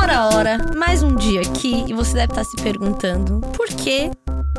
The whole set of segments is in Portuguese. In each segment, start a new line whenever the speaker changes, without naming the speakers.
Ora, ora, mais um dia aqui e você deve estar se perguntando por que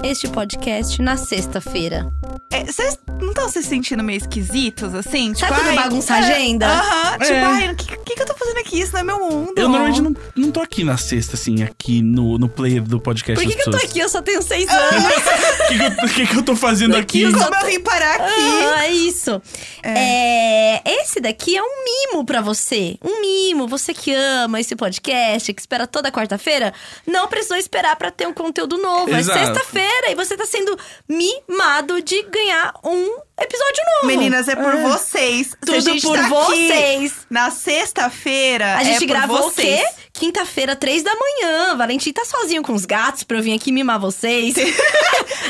este podcast na sexta-feira.
É, Vocês não estão se sentindo meio esquisitos, assim?
Sabe
tipo,
quando
ai,
bagunça a
é,
agenda?
Aham, tipo,
É.
ai, o que, que, que eu tô fazendo aqui? Isso não é meu mundo.
Eu normalmente não, não tô aqui na sexta, assim, aqui no, no player do podcast
É
Por que,
das
que eu tô
pessoas.
aqui? Eu só tenho seis anos.
Ah,
O que, que, eu- que que eu tô fazendo aqui?
eu
Como eu vim parar aqui?
Ah, é isso. É, esse daqui é um mimo pra você. Um mimo. Você que ama esse podcast, que espera toda quarta-feira, não precisou esperar pra ter um conteúdo novo.
Exato.
É sexta-feira e você tá sendo mimado de ganhar um episódio
Ah,
novo.
Meninas, é por vocês. Se a
tudo
gente
por
tá aqui
vocês.
Na sexta-feira.
A gente
é por
gravou o quê?
vocês.
Quinta-feira, três da manhã. Valentim tá sozinho com os gatos pra eu vir aqui mimar vocês.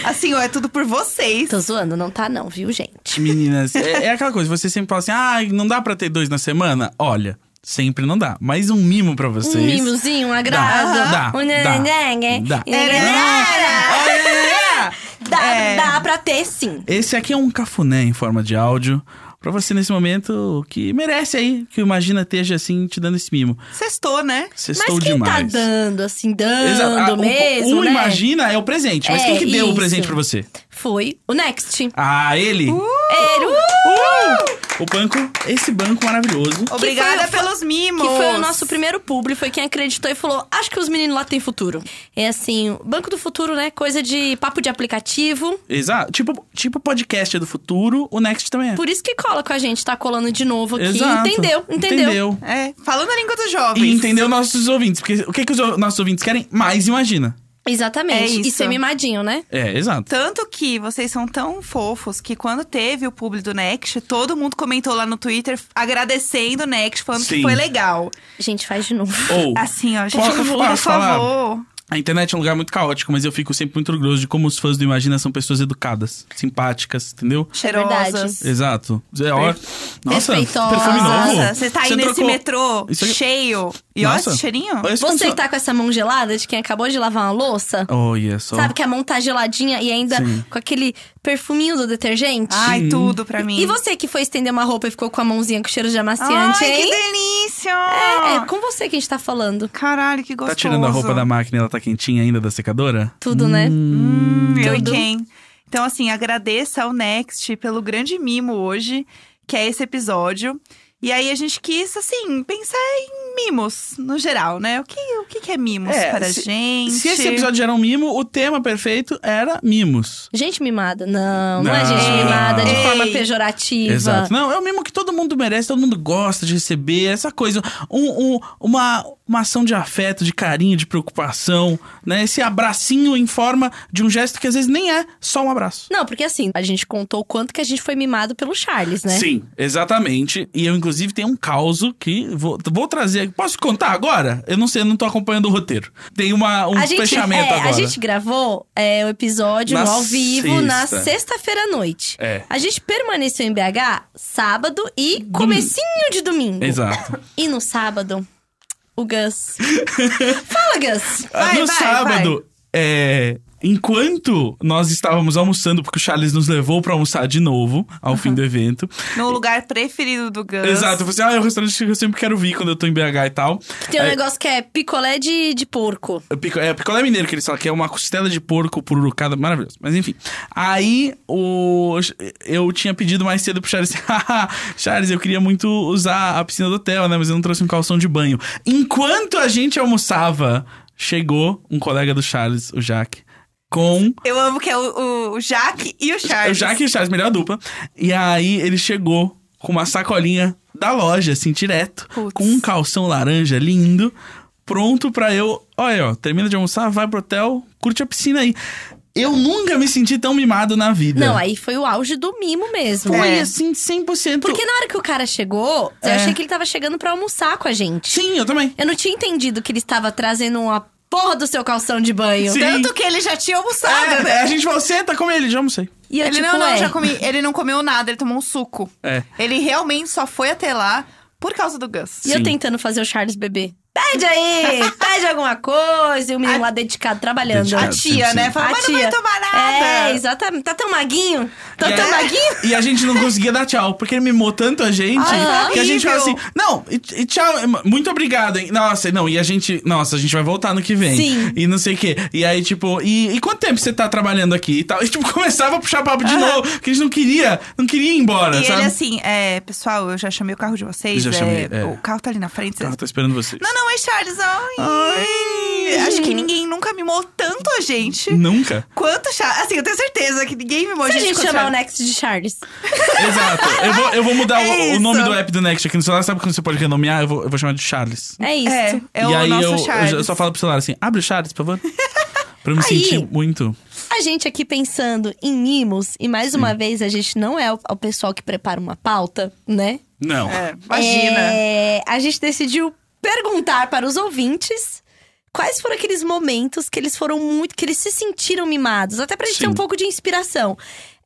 Assim, ó, é tudo por vocês.
Tô zoando, não tá não, viu, gente?
Meninas, é, é aquela coisa, você sempre fala assim, ah, não dá pra ter dois na semana? Olha, sempre não dá. Mas um mimo pra vocês.
Um mimozinho, um agrado.
Dá,
Um
dá,
nananã,
dá. Ah,
um nananã. Dá,
É.
dá pra ter sim.
Esse aqui é um cafuné em forma de áudio. Pra você nesse momento que merece aí, que o Imagina esteja assim, te dando esse mimo.
Sextou, né?
Sextou
Mas quem
demais.
tá dando, assim, dando
Exato. Ah, o-
mesmo,
o,
né?
Imagina é o presente. Mas
É,
quem que deu
isso.
o presente pra você?
Foi o Next.
Ah, ele?
Uh. Era o-
O banco, esse banco maravilhoso.
Obrigada
Que foi-
pelos mimos.
Que foi o nosso primeiro público, foi quem acreditou e falou: acho que os meninos lá têm futuro. É assim, o Banco do Futuro, né? Coisa de papo de aplicativo.
Exato. Tipo, tipo podcast é do futuro, o Next também é.
Por isso que cola com a gente, tá colando de novo aqui.
Exato.
Entendeu? Entendeu?
Entendeu.
É, falando a língua dos
E
jovens.
entendeu nossos ouvintes. Porque o que, que os o- nossos ouvintes querem? Mais imagina.
Exatamente.
É
E
isso.
ser mimadinho, né?
É, exato.
Tanto que vocês são tão fofos que quando teve o publi do Next, todo mundo comentou lá no Twitter agradecendo o Next, falando que
Sim.
foi legal.
Gente, faz de novo.
Ou,
Assim, ó, gente,
Posso-
por
posso falar?
favor.
a internet é um lugar muito caótico, mas eu fico sempre muito orgulhoso de como os fãs do Imagina são pessoas educadas, simpáticas, entendeu?
Cheirosas.
Exato. É, ó, nossa,
Respeitosa.
perfume novo.
Nossa, você tá aí nesse
trocou-
metrô
Isso aqui-
cheio. E olha
Nossa.
esse cheirinho.
Olha esse
Você que
condicionador.
tá com essa mão gelada de quem acabou de lavar uma louça,
tá-
Olha só.
sabe que a mão tá geladinha e ainda
Sim.
com aquele perfuminho do detergente?
Ai, tudo pra mim.
E você que foi estender uma roupa e ficou com a mãozinha com cheiro de amaciante,
Ai, que
hein?
delícia!
É, é com você que a gente tá falando.
Caralho, que gostoso.
Tá tirando a roupa da máquina e ela tá quentinha ainda da secadora?
Tudo, né?
Hum, eu e
Tudo.
quem? Então, assim, agradeça ao Next pelo grande mimo hoje, que é esse episódio. E aí a gente quis, assim, pensar em mimos, no geral, né? O que, o que que é mimos
É,
para a
se-
gente?
Se esse episódio era um mimo, o tema perfeito era mimos.
Gente mimada. Não, não, é
Não.
gente mimada de
Ei.
forma pejorativa.
Exato. Não, é o mimo que todo mundo merece, todo mundo gosta de receber, essa coisa. Um- um- uma, uma ação de afeto, de carinho, de preocupação, né? Esse abracinho em forma de um gesto que às vezes nem é só um abraço.
Não, porque assim, a gente contou o quanto que a gente foi mimado pelo Charles, né?
Sim, exatamente. E eu, inclusive, tenho um caos que vou, vou trazer. Posso contar agora? Eu não sei, eu não tô acompanhando o roteiro. Tem uma, um
a gente,
fechamento
é,
agora.
A gente gravou é, o episódio
Na
no ao vivo na
sexta.
sexta-feira à noite.
É.
A gente permaneceu em BH sábado e comecinho de domingo.
Exato.
E no sábado, o Gus. Fala, Gus!
Vai,
no
vai,
sábado, é, enquanto nós estávamos almoçando, porque o Charles nos levou pra almoçar de novo ao fim do evento.
No lugar preferido do Gus.
Exato, eu falei assim, ah, é o restaurante que eu sempre quero vir quando eu tô em BH e tal.
Que tem um
É.
negócio que é picolé de, de porco.
É pico- É picolé mineiro que eles falam, que é uma costela de porco pururucada, maravilhoso. Mas enfim. Aí o... eu tinha pedido mais cedo pro Charles assim, "Haha, Charles, eu queria muito usar a piscina do hotel, né? Mas eu não trouxe um calção de banho. Enquanto a gente almoçava, chegou um colega do Charles, o Jaque, com
Eu amo que é o, o, o Jaque e o Charles.
O Jaque e o Charles, melhor dupla. E aí ele chegou com uma sacolinha da loja, assim, direto.
Putz.
Com um calção laranja lindo. Pronto pra eu. Olha, ó, termina de almoçar, vai pro hotel, curte a piscina aí. Eu nunca me senti tão mimado na vida.
Não, aí foi o auge do mimo mesmo.
É. Foi
É.
assim, 100%.
Porque na hora que o cara chegou, eu
É.
achei que ele tava chegando pra almoçar com a gente.
Sim, eu também.
Eu não tinha entendido que ele estava trazendo uma porra do seu calção de banho.
Sim.
Tanto que ele já tinha almoçado,
É,
né?
a gente falou, senta com ele, já almocei.
E eu,
Ele
tipo,
não, não,
ué,
já comi. Ele não comeu nada, ele tomou um suco.
É.
Ele realmente só foi até lá Por causa do Gus.
E eu
Sim.
tentando fazer o Charles beber. Pede aí! pede alguma coisa! E o menino lá dedicado, trabalhando.
Dedicado.
A tia, né? Fala,
A
mas
tia.
não vai tomar nada.
É, exatamente. Tá tão maguinho? Tá
E
tão
aí-
maguinho?
E a gente não conseguia dar tchau, porque ele mimou tanto a gente
Ai,
que a gente fala assim:
Ah, é horrível.
não, e, e tchau, muito obrigado, hein? Nossa, não, e a gente, nossa, a gente vai voltar no que vem.
Sim.
E não sei o quê. E aí, tipo, e, e quanto tempo você tá trabalhando aqui e tal? E tipo, começava a puxar papo de novo, porque a gente não queria, não queria ir embora,
E
sabe?
ele assim, é, pessoal, eu já chamei o carro de vocês.
Eu já
é,
chamei, é.
O carro tá ali na frente.
Tá,
vocês-
tô esperando vocês.
Não, não, é Charles. Ai, Acho que ninguém nunca mimou tanto a gente.
Nunca.
Quanto Charles. Assim, eu tenho certeza que ninguém mimou
Se a gente
quanto
chamar o
Charles.
Next de Charles.
Exato. Eu vou, eu vou mudar o-
É
o, nome
isso.
do app do Next aqui no celular. Sabe quando você pode renomear? Eu vou, eu vou chamar de Charles.
É isso.
É, é
e
o
aí
nosso
eu,
Charles.
eu só falo pro celular assim: abre o Charles, por favor. Pra eu me
Aí-
sentir muito.
A gente aqui pensando em mimos, e mais uma vez a gente não é o, o pessoal que prepara uma pauta, né?
Não.
É, imagina.
É, a gente decidiu perguntar para os ouvintes quais foram aqueles momentos que eles foram muito. que eles se sentiram mimados, até pra gente ter
Sim.
um pouco de inspiração.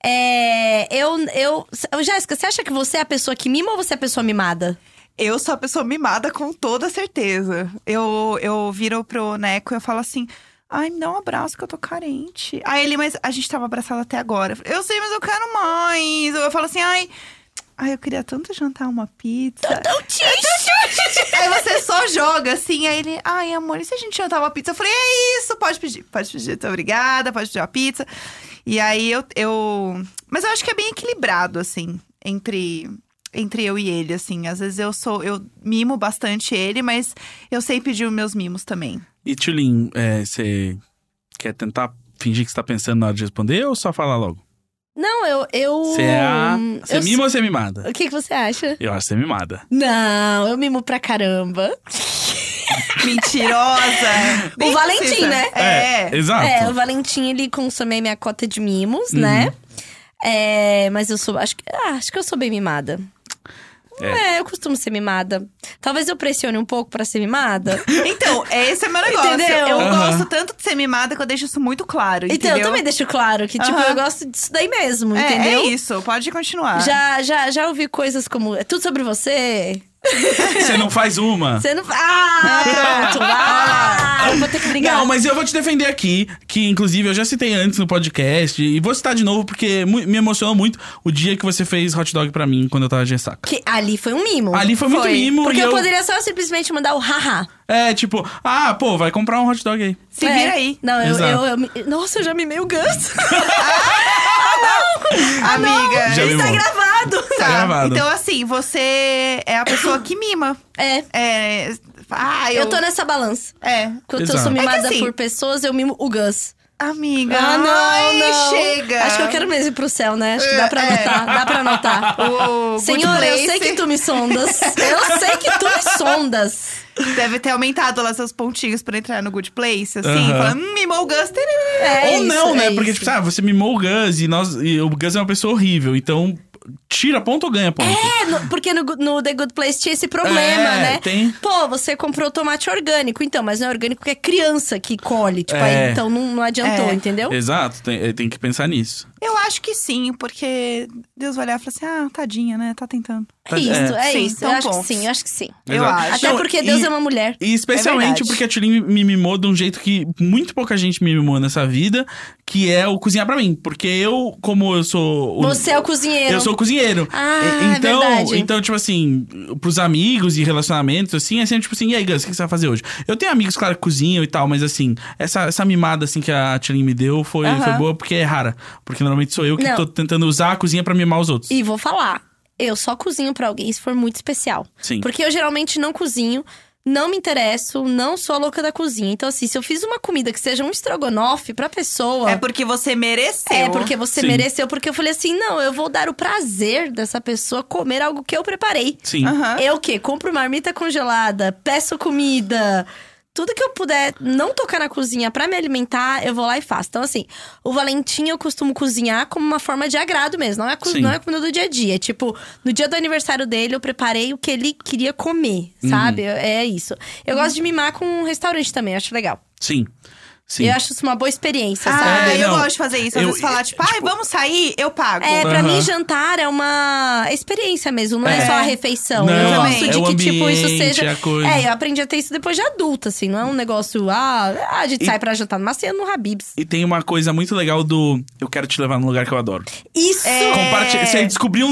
É, eu. eu Ô, Jéssica, você acha que você é a pessoa que mima ou você é a pessoa mimada?
Eu sou a pessoa mimada com toda certeza. Eu, eu viro pro Neco e eu falo assim. Ai, me dá um abraço que eu tô carente. Aí ele, mas a gente tava abraçado até agora. Eu sei, mas eu quero mais. Eu falo assim, ai. Ai, eu queria tanto jantar uma pizza.
Eu
aí você só joga assim, aí ele, ai, amor, e se a gente jantar uma pizza? Eu falei, é isso, pode pedir, pode pedir, tô obrigada, pode pedir uma pizza. E aí eu. eu... Mas eu acho que é bem equilibrado, assim, entre. Entre eu e ele, assim. Às vezes eu sou. Eu mimo bastante ele, mas eu sei pedir os meus mimos também.
E Tulin, é, você quer tentar fingir que você tá pensando na hora de responder ou só falar logo?
Não, eu. eu
Você é a.
Hum,
Você
eu-
mima ou você é mimada?
O que, que você acha?
Eu acho que você é mimada.
Não, eu mimo pra caramba.
Mentirosa! Bem
Valentim,
precisa.
né?
É.
Exato.
É, o Valentim, ele consumei minha cota de mimos, né? É, mas eu sou. Acho que, ah, acho que eu sou bem mimada.
É.
É. eu costumo ser mimada. Talvez eu pressione um pouco pra ser mimada.
Então, esse é meu negócio.
Entendeu?
Eu
Aham.
gosto tanto de ser mimada que eu deixo isso muito claro.
Então, eu
entendeu?
também deixo claro que, tipo,
Aham.
eu gosto disso daí mesmo,
É,
entendeu?
É isso, pode continuar.
Já, já, já ouvi coisas como. É tudo sobre você.
Você não faz uma.
Você não. Ah, pronto. Ah, eu vou ter que
tá
brigar.
Não, mas eu vou te defender aqui, que inclusive eu já citei antes no podcast, e vou citar de novo porque mu- me emocionou muito o dia que você fez hot dog pra mim quando eu tava de ressaca.
Que ali foi um mimo.
Ali foi muito
Foi.
mimo
Porque
e
eu,
eu,
poderia só simplesmente mandar o haha.
É, tipo, ah, pô, vai comprar um hot dog aí.
Se
É.
vira aí.
Não, eu,
Exato.
eu, eu me- Nossa, eu já mimei o Gus. Ah,
Amiga. é
Já
Está
mimou.
gravado.
Tá gravado.
Então, assim, você é a pessoa que mima.
É.
É. Ah, eu.
Eu tô nessa balança.
É.
Quando eu
Exato.
sou mimada
É que assim- Ah,
por pessoas, eu mimo o Gus.
Amiga.
Ai,
ai, chega.
Ah, Acho que eu quero mesmo ir pro céu, né? Acho que dá pra
É.
anotar. Dá pra anotar.
O Good
Senhor, eu
Place
sei que tu me sondas. Eu sei que tu me sondas.
Deve ter aumentado lá seus pontinhos pra entrar no Good Place, assim.
Aham.
Falando, hum, mimou o Gus.
É
Ou
isso,
não, né?
é
Porque,
isso.
tipo, ah, você mimou o Gus e, nós, e o Gus é uma pessoa horrível, então tira ponto ou ganha ponto.
É, no- porque no, Good- no The Good Place tinha esse problema,
É,
né?
tem.
Pô, você comprou tomate orgânico, então, mas não é orgânico porque é criança que colhe. Tipo,
É.
aí então não, não adiantou,
É.
entendeu?
Exato, tem, é, tem que pensar nisso.
Eu acho que sim, porque Deus vai olhar e falar assim: ah, tadinha, né? Tá tentando.
É isso, é,
Sim,
isso. Eu
são
acho
bons.
que sim, eu acho que sim.
Eu
Exato.
acho.
Até
Não,
porque Deus
e-
é uma mulher.
E
É
especialmente
verdade.
porque a Tulin me mimou de um jeito que muito pouca gente me mimou nessa vida, que é o cozinhar pra mim. Porque eu, como eu sou. o-
Você é o cozinheiro.
Eu sou cozinheiro.
Ah,
E- então,
é verdade.
então, tipo assim, pros amigos e relacionamentos, assim, é sempre tipo assim, e aí, Gus, o que você vai fazer hoje? Eu tenho amigos, claro, que cozinham e tal, mas assim, essa, essa mimada assim que a Tilin me deu foi,
Aham.
foi boa porque é rara. Porque normalmente sou eu que
Não.
tô tentando usar a cozinha pra mimar os outros.
E vou falar, eu só cozinho pra alguém se for muito especial.
Sim.
Porque eu geralmente não cozinho, não me interesso, não sou a louca da cozinha. Então, assim, se eu fiz uma comida que seja um estrogonofe pra pessoa.
É porque você mereceu.
É, porque você
Sim.
mereceu, porque eu falei assim: não, eu vou dar o prazer dessa pessoa comer algo que eu preparei.
Sim.
Aham.
Eu É o quê? Compro marmita congelada, peço comida. Tudo que eu puder não tocar na cozinha pra me alimentar, eu vou lá e faço. Então, assim, o Valentim eu costumo cozinhar como uma forma de agrado mesmo. Não é, co-
Sim.
não é comida do dia a dia. É Tipo, no dia do aniversário dele, eu preparei o que ele queria
Uhum.
comer, sabe? É isso. Eu gosto de mimar com um restaurante também, acho legal.
Sim. Sim.
Eu acho isso uma boa experiência, sabe?
Ah,
É,
eu
não.
gosto de fazer isso. Às
Eu-
vezes falar, tipo, ai, vamos sair, eu pago.
É, pra
Tá Aham.
mim, jantar é uma experiência mesmo, não é,
É.
só a refeição.
Não,
eu
também.
gosto de
é o
que, tipo, isso
ambiente,
seja.
é a coisa.
É, eu aprendi a ter isso depois de adulta, assim. Não é um negócio, ah, a gente
E-
sai pra jantar numa cena no Habibs.
E tem uma coisa muito legal do eu quero te levar num lugar que eu adoro.
Isso!
Compartilha. Você descobriu um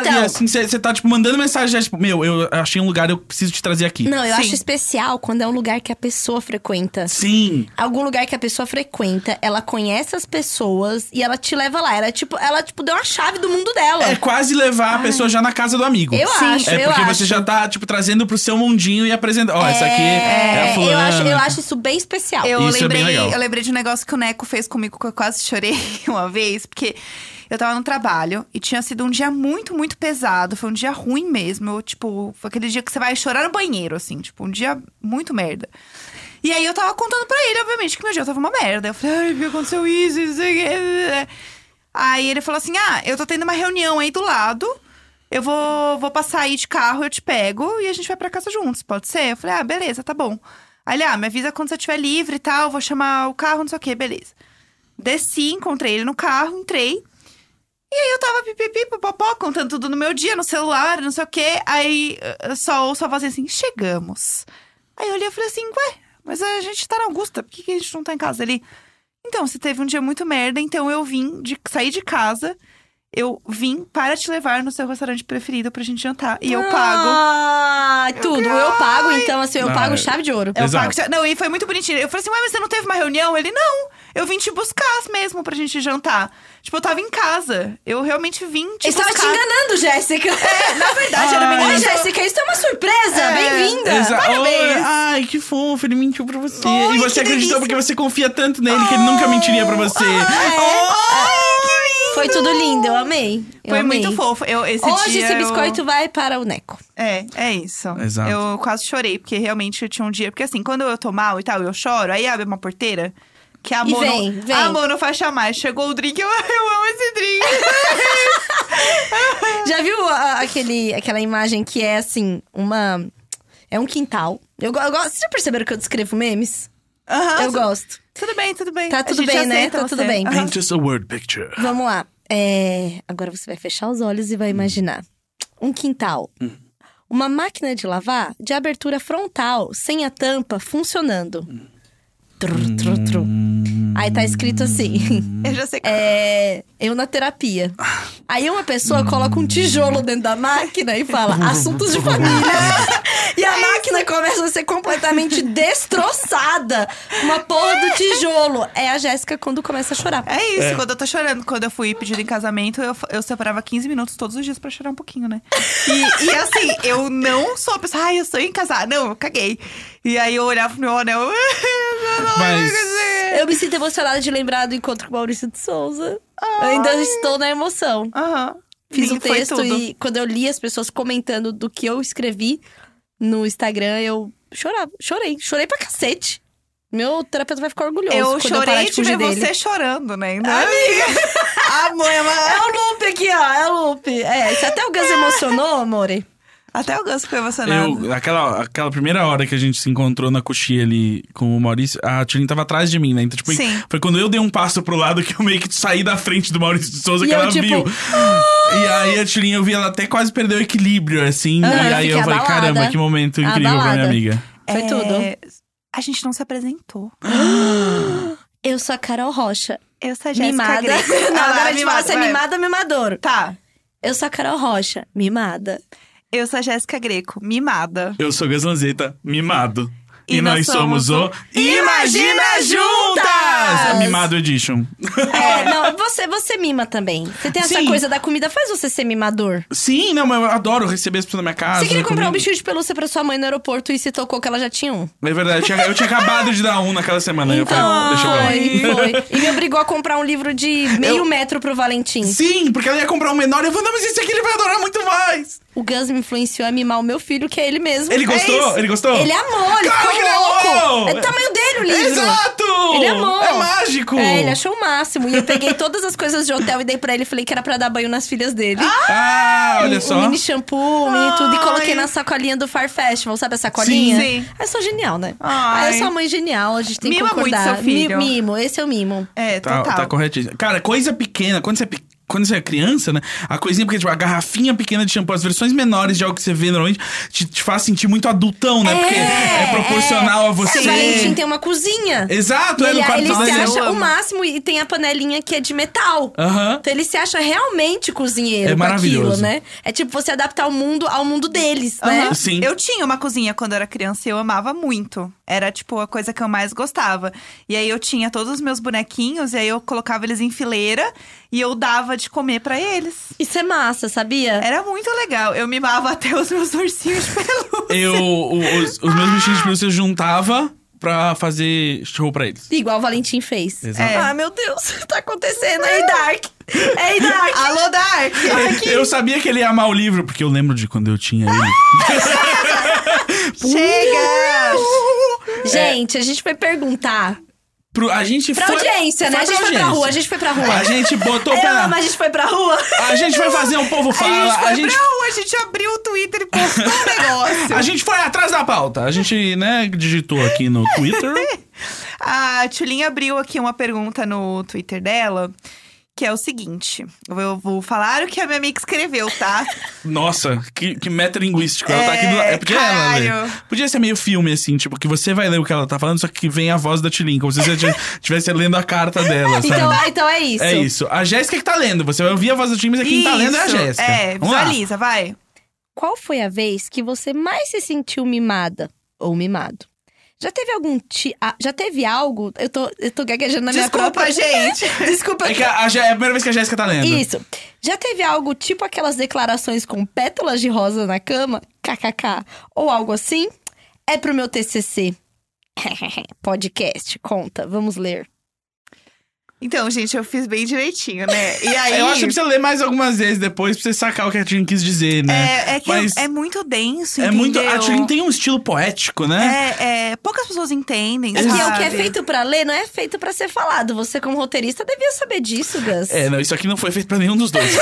É. Então.
e assim você você tá, tipo, mandando mensagem, já, tipo, meu, eu achei um lugar, eu preciso te trazer aqui.
Não, eu
Sim.
acho especial quando é um lugar que a pessoa frequenta.
Sim.
Algum lugar que a pessoa frequenta, ela conhece as pessoas e ela te leva lá. Ela, tipo, ela tipo, deu a chave do mundo dela.
É quase levar a pessoa já na casa do amigo.
Eu
Sim.
acho,
É
eu
porque
acho.
você já tá, tipo, trazendo pro seu mundinho e apresentando. Ó, essa aqui é a fulana.
eu acho, eu acho isso bem especial.
Eu
Isso é bem
lembrei,
legal.
eu lembrei de um negócio que o Neco fez comigo que eu quase chorei uma vez, porque eu tava no trabalho e tinha sido um dia muito, muito pesado. Foi um dia ruim mesmo. eu, tipo, foi aquele dia que você vai chorar no banheiro, assim, tipo, um dia muito merda. E aí eu tava contando pra ele, obviamente, que meu dia tava uma merda. Eu falei, ai, por que aconteceu isso, isso aqui. é, Aí ele falou assim: ah, eu tô tendo uma reunião aí do lado. Eu vou, vou passar aí de carro, eu te pego e a gente vai pra casa juntos, pode ser? Eu falei, ah, beleza, tá bom. Aí ele, ah, me avisa quando você estiver livre e tal, vou chamar o carro, não sei o que, beleza. Desci, encontrei ele no carro, entrei. E aí eu tava pipipi, popopó, contando tudo no meu dia, no celular, não sei o que. Aí eh, só ouço a voz assim, chegamos. Aí eu olhei e falei assim, ué, mas a gente tá na Augusta, por que, que a gente não tá em casa ali? Então, você teve um dia muito merda, então eu vim, de, saí de casa, eu vim para te levar no seu restaurante preferido pra gente jantar. E eu pago.
Ah, tudo. Eu pago, então, assim, eu
Não,
pago
é-
chave de ouro.
Eu
Exato.
pago. seu- um Não, e foi muito bonitinho. Eu falei assim, ué, mas você não teve uma reunião? Ele, não, eu vim te buscar mesmo pra gente jantar. Tipo, eu tava em casa. Eu realmente vim te
Eu estava te
buscar.
enganando, Jéssica.
É, Na verdade, era
Ai.
menino.
Oi, Jéssica, isso é uma surpresa.
É,
Bem-vinda.
Ah. Exa-
Parabéns.
Oi, ai, que fofo, ele mentiu pra você.
Oi, que
e você
delícia.
acreditou porque você confia tanto nele que ele nunca mentiria pra você.
Ah, é. Foi tudo lindo, eu amei. Eu
Foi
amei.
muito fofo. Eu, esse
Hoje
dia
esse
eu-
biscoito vai para o Neco.
É, é isso.
Exato.
Eu quase chorei, porque realmente eu tinha um dia. Porque assim, quando eu tô mal e tal, eu choro, aí abre uma porteira. Que a
E
mono,
vem, vem.
a mono faz chamar. Chegou o drink, eu, eu amo esse drink.
Já viu a- aquele, aquela imagem que é assim, uma. É um quintal. Eu, go- eu gosto. Vocês já perceberam que eu descrevo memes?
Aham.
Eu gosto.
Tudo bem, tudo bem.
Tá
A
tudo
gente
bem, né?
aceita
Tá
você.
tudo bem.
Aham.
Paint us a word picture.
Vamos lá. É, Agora você vai fechar os olhos e vai imaginar. Um quintal. Uma máquina de lavar de abertura frontal, sem a tampa, funcionando. Tru, tru, tru. Aí tá escrito assim.
Eu já sei.
É, eu na terapia. Aí uma pessoa coloca um tijolo dentro da máquina e fala assuntos de família. e a máquina começa a ser completamente destroçada. Uma porra do tijolo. É a Jéssica quando começa a chorar.
É isso, quando eu tô chorando. Quando eu fui pedir em casamento, eu, eu separava 15 minutos todos os dias pra chorar um pouquinho, né? E, e assim, eu não sou a pessoa, ai, eu sou em casar. Não, eu caguei. E aí eu olhava pro meu anel.
Mas.
Eu me sinto emocionada de lembrar do encontro com o Maurício de Souza. Eu ainda estou na emoção.
Aham.
Fiz o
Sim, foi
texto
tudo.
e quando eu li as pessoas comentando do que eu escrevi no Instagram, eu chorava. Chorei. Chorei pra cacete. Meu terapeuta vai ficar orgulhoso
Eu
quando eu parar
chorei
de
de
fugir
ver
dele.
você chorando, né? Amiga! a mãe,
É
mas...
o loop aqui, ó. É o É. loop. É, se até o Gus emocionou, amore.
Até o Gus ficou emocionado.
Eu, aquela, aquela primeira hora que a gente se encontrou na coxia ali com o Maurício, a Tilin tava atrás de mim, né? Então, tipo,
Sim.
foi quando eu dei um passo pro lado que eu meio que saí da frente do Maurício de Souza
E
que
eu,
ela
tipo,
viu. E aí a Tilin, eu vi ela até quase perder o equilíbrio, assim.
Ah,
e
eu
aí
fiquei
eu falei,
abalada.
caramba, que momento incrível pra
Abalada.
minha amiga.
Foi tudo.
É, A gente não se apresentou.
Eu sou a Carol Rocha.
Eu sou a Jéssica
Mimada.
Greco.
Não,
Ah, lá,
agora a gente fala se é
vai.
mimada ou mimador.
Tá.
Eu sou a Carol Rocha. Mimada.
Eu sou a Jéssica Greco, mimada.
Eu sou Gaslanzeta, mimado.
E
E,
nós
nós, somos,
somos
o Imagina Juntas!
Juntas!
Mimado Edition.
É, não, você, você mima também. Você tem essa
Sim.
coisa da comida, faz você ser mimador.
Sim, não, mas eu adoro receber as pessoas na minha casa.
Você queria comprar um
comigo.
bichinho de pelúcia pra sua mãe no aeroporto e se tocou que ela já tinha um.
É verdade, eu tinha, eu tinha acabado de dar um naquela semana. eu falei, deixa eu ver.
foi, Então, foi. E me obrigou a comprar um livro de meio
Eu-
metro pro Valentim.
Sim, porque ela ia comprar um menor e eu falei, não, mas esse aqui ele vai adorar muito mais.
O Gus me influenciou a mimar o meu filho, que é ele mesmo.
Ele
É isso.
gostou? ele gostou?
Ele amou, ele
Claro
ficou
que ele
louco.
amou!
É do tamanho dele, primeiro livro.
Exato!
Ele amou.
É mágico!
É, ele achou o máximo. E eu peguei todas as coisas de hotel e dei pra ele. Falei que era pra dar banho nas filhas dele.
Ah,
O-
olha só.
O um, mini shampoo, o mini tudo. E coloquei
Ai.
na sacolinha do Far Festival, sabe a sacolinha?
Sim, sim.
Eu sou genial, né?
Ai.
Ah, eu sou uma mãe genial, a gente tem
Mima
que
muito
concordar.
seu filho.
Mi- Mimo, esse é o mimo.
É,
Tá,
total.
tá corretíssimo. Cara, coisa pequena, quando você é pe- Quando você é criança, né? A coisinha, porque, tipo, a garrafinha pequena de shampoo, as versões menores de algo que você vê normalmente, te, te faz sentir muito adultão, né? Porque é proporcional a
É, o Valentim
você.
tem uma cozinha.
Exato, é
ele,
no quarto
ele se
dele.
Eu
acha o
amo.
máximo e tem a panelinha que é de metal.
Aham.
Então ele se acha realmente cozinheiro
Ah. É
com aquilo,
maravilhoso.
né? É tipo você adaptar o mundo ao mundo deles, né?
Aham.
Sim.
Eu tinha uma cozinha quando era criança e eu amava muito. Era, tipo, a coisa que eu mais gostava. E aí eu tinha todos os meus bonequinhos, e aí eu colocava eles em fileira e eu dava de comer pra eles.
Isso é massa, sabia?
Era muito legal. Eu mimava até os meus ursinhos de pelúcia.
Eu, o- os, os meus bichinhos de pelúcia eu juntava pra fazer show pra eles.
Igual o Valentim fez.
É. Exato.
É.
Ah, meu Deus, tá acontecendo. é Ei, Dark! Ei, Dark!
Alô, Dark!
Eu sabia que ele ia amar o livro, porque eu lembro de quando eu tinha ele.
Chega!
É.
Gente, a gente foi perguntar
Pro- a gente
pra
foi,
audiência, né?
foi
A gente foi pra
audiência.
rua, a gente foi pra rua. É,
A gente botou
Eu
pra.
amo, a gente foi pra rua.
A gente vai fazer um povo fala.
a gente foi pra rua, a gente abriu o Twitter e postou um negócio.
A gente foi atrás da pauta. A gente, né, digitou aqui no Twitter.
A Tchulinha abriu aqui uma pergunta no Twitter dela, que é o seguinte. Eu vou falar o que a minha amiga escreveu, tá?
Nossa, que, que metalinguístico. Ela tá aqui do
É,
lado. É, podia ela
caralho.
ler. Podia ser meio filme, assim, tipo, que você vai ler o que ela tá falando, só que vem a voz da Tilin, como se você estivesse lendo a carta dela, sabe?
Então, ah, então é isso.
É isso. A Jéssica que tá lendo. Você vai ouvir a voz da Tilin, mas quem tá lendo é a
Isso.
Jéssica.
É,
Vamos lá.
visualiza, vai.
Qual foi a vez que você mais se sentiu mimada ou mimado? Já teve algum ti... ah, já teve algo? Eu tô, eu tô gaguejando na minha
Desculpa,
própria...
gente.
Desculpa.
É que a, a Jé- é a primeira vez que a Jéssica tá lendo.
Isso. Já teve algo tipo aquelas declarações com pétalas de rosa na cama? KKK. Ou algo assim? É pro meu TCC. Podcast, conta, vamos ler.
Então, gente, eu fiz bem direitinho, né? E aí...
Eu acho que precisa ler mais algumas vezes depois pra você sacar o que a Tilin quis dizer, né?
é, é que
Mas-
é muito denso,
É
entendeu?
muito. A Tilin tem um estilo poético, né?
É, é, poucas pessoas entendem,
É que é o que é
sabe?
feito pra ler não é feito pra ser falado. Você, como roteirista, devia saber disso, Gus.
É, não, isso aqui não foi feito pra nenhum dos dois.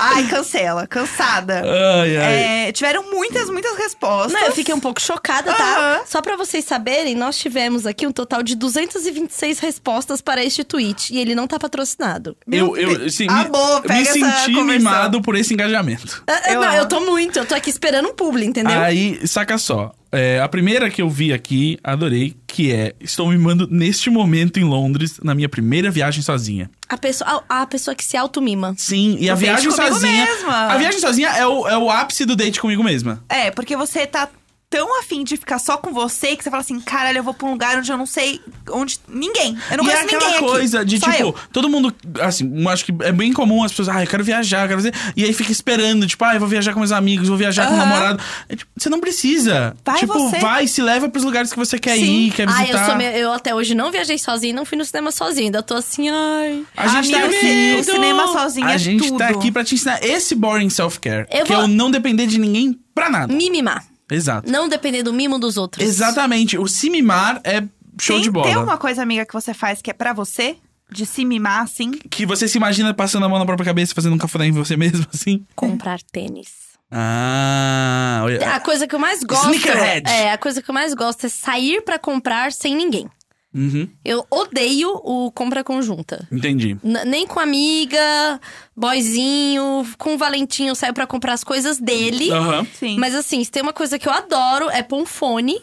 Ai, cancela, cansada.
ai, ai.
É, tiveram muitas, muitas respostas.
Não, eu fiquei um pouco chocada, tá?
Aham.
Só pra vocês saberem, nós tivemos aqui um total de 226 respostas para este tweet. E ele não tá patrocinado.
Eu, eu, sim,
Ah,
me,
boa,
me
pega essa
senti
conversão.
mimado por esse engajamento.
Ah, ah,
Eu
não,
amo.
eu tô muito. Eu tô aqui esperando um publi, entendeu?
Aí, saca só. é, a primeira que eu vi aqui, adorei, que é: Estou mimando neste momento em Londres, na minha primeira viagem sozinha.
A, pessoa, a, a pessoa que se automima.
Sim, e a
date
viagem
comigo
sozinha.
mesma.
A viagem sozinha é o, é o ápice do date comigo mesma.
É, porque você tá tão afim de ficar só com você que você fala assim, caralho, eu vou pra um lugar onde eu não sei onde. Ninguém. Eu não
e é
conheço ninguém.
aquela coisa
aqui.
de,
Só
tipo,
eu.
todo mundo, assim, eu acho que é bem comum as pessoas, ah, eu quero viajar, eu quero fazer. E aí fica esperando, tipo, ah, eu vou viajar com meus amigos, vou viajar com o
Aham.
namorado. É, tipo, você não precisa.
Vai
tipo,
você.
vai, se leva pros lugares que você quer
Sim. Ah,
ir, quer
Ai, eu,
visitar.
sou meio- eu até hoje não viajei sozinha e não fui no cinema sozinha. Ainda tô assim, ai.
A gente tá
Amiga, o ci-
aqui.
O cinema sozinho
A
é
gente
tudo.
tá aqui pra te ensinar esse boring self-care.
Eu
que
vou-
é eu não depender de ninguém pra nada.
Me mimar.
Exato.
Não depender do mimo dos outros.
Exatamente. O se mimar é show
tem,
de bola.
Tem um uma coisa, amiga, que você faz que é pra você? De se mimar assim?
Que você se imagina passando a mão na própria cabeça, fazendo um cafuné em você mesmo, assim.
Comprar tênis.
Ah, olha.
A coisa que eu mais gosto.
Sneakerhead.
É, a coisa que eu mais gosto é sair pra comprar sem ninguém.
Uhum,
Eu odeio o compra conjunta.
entendi.
N- nem com amiga, boyzinho, com o Valentinho eu saio pra comprar as coisas dele.
Aham.
Sim.
Mas assim, se tem uma coisa que eu adoro é pôr um fone,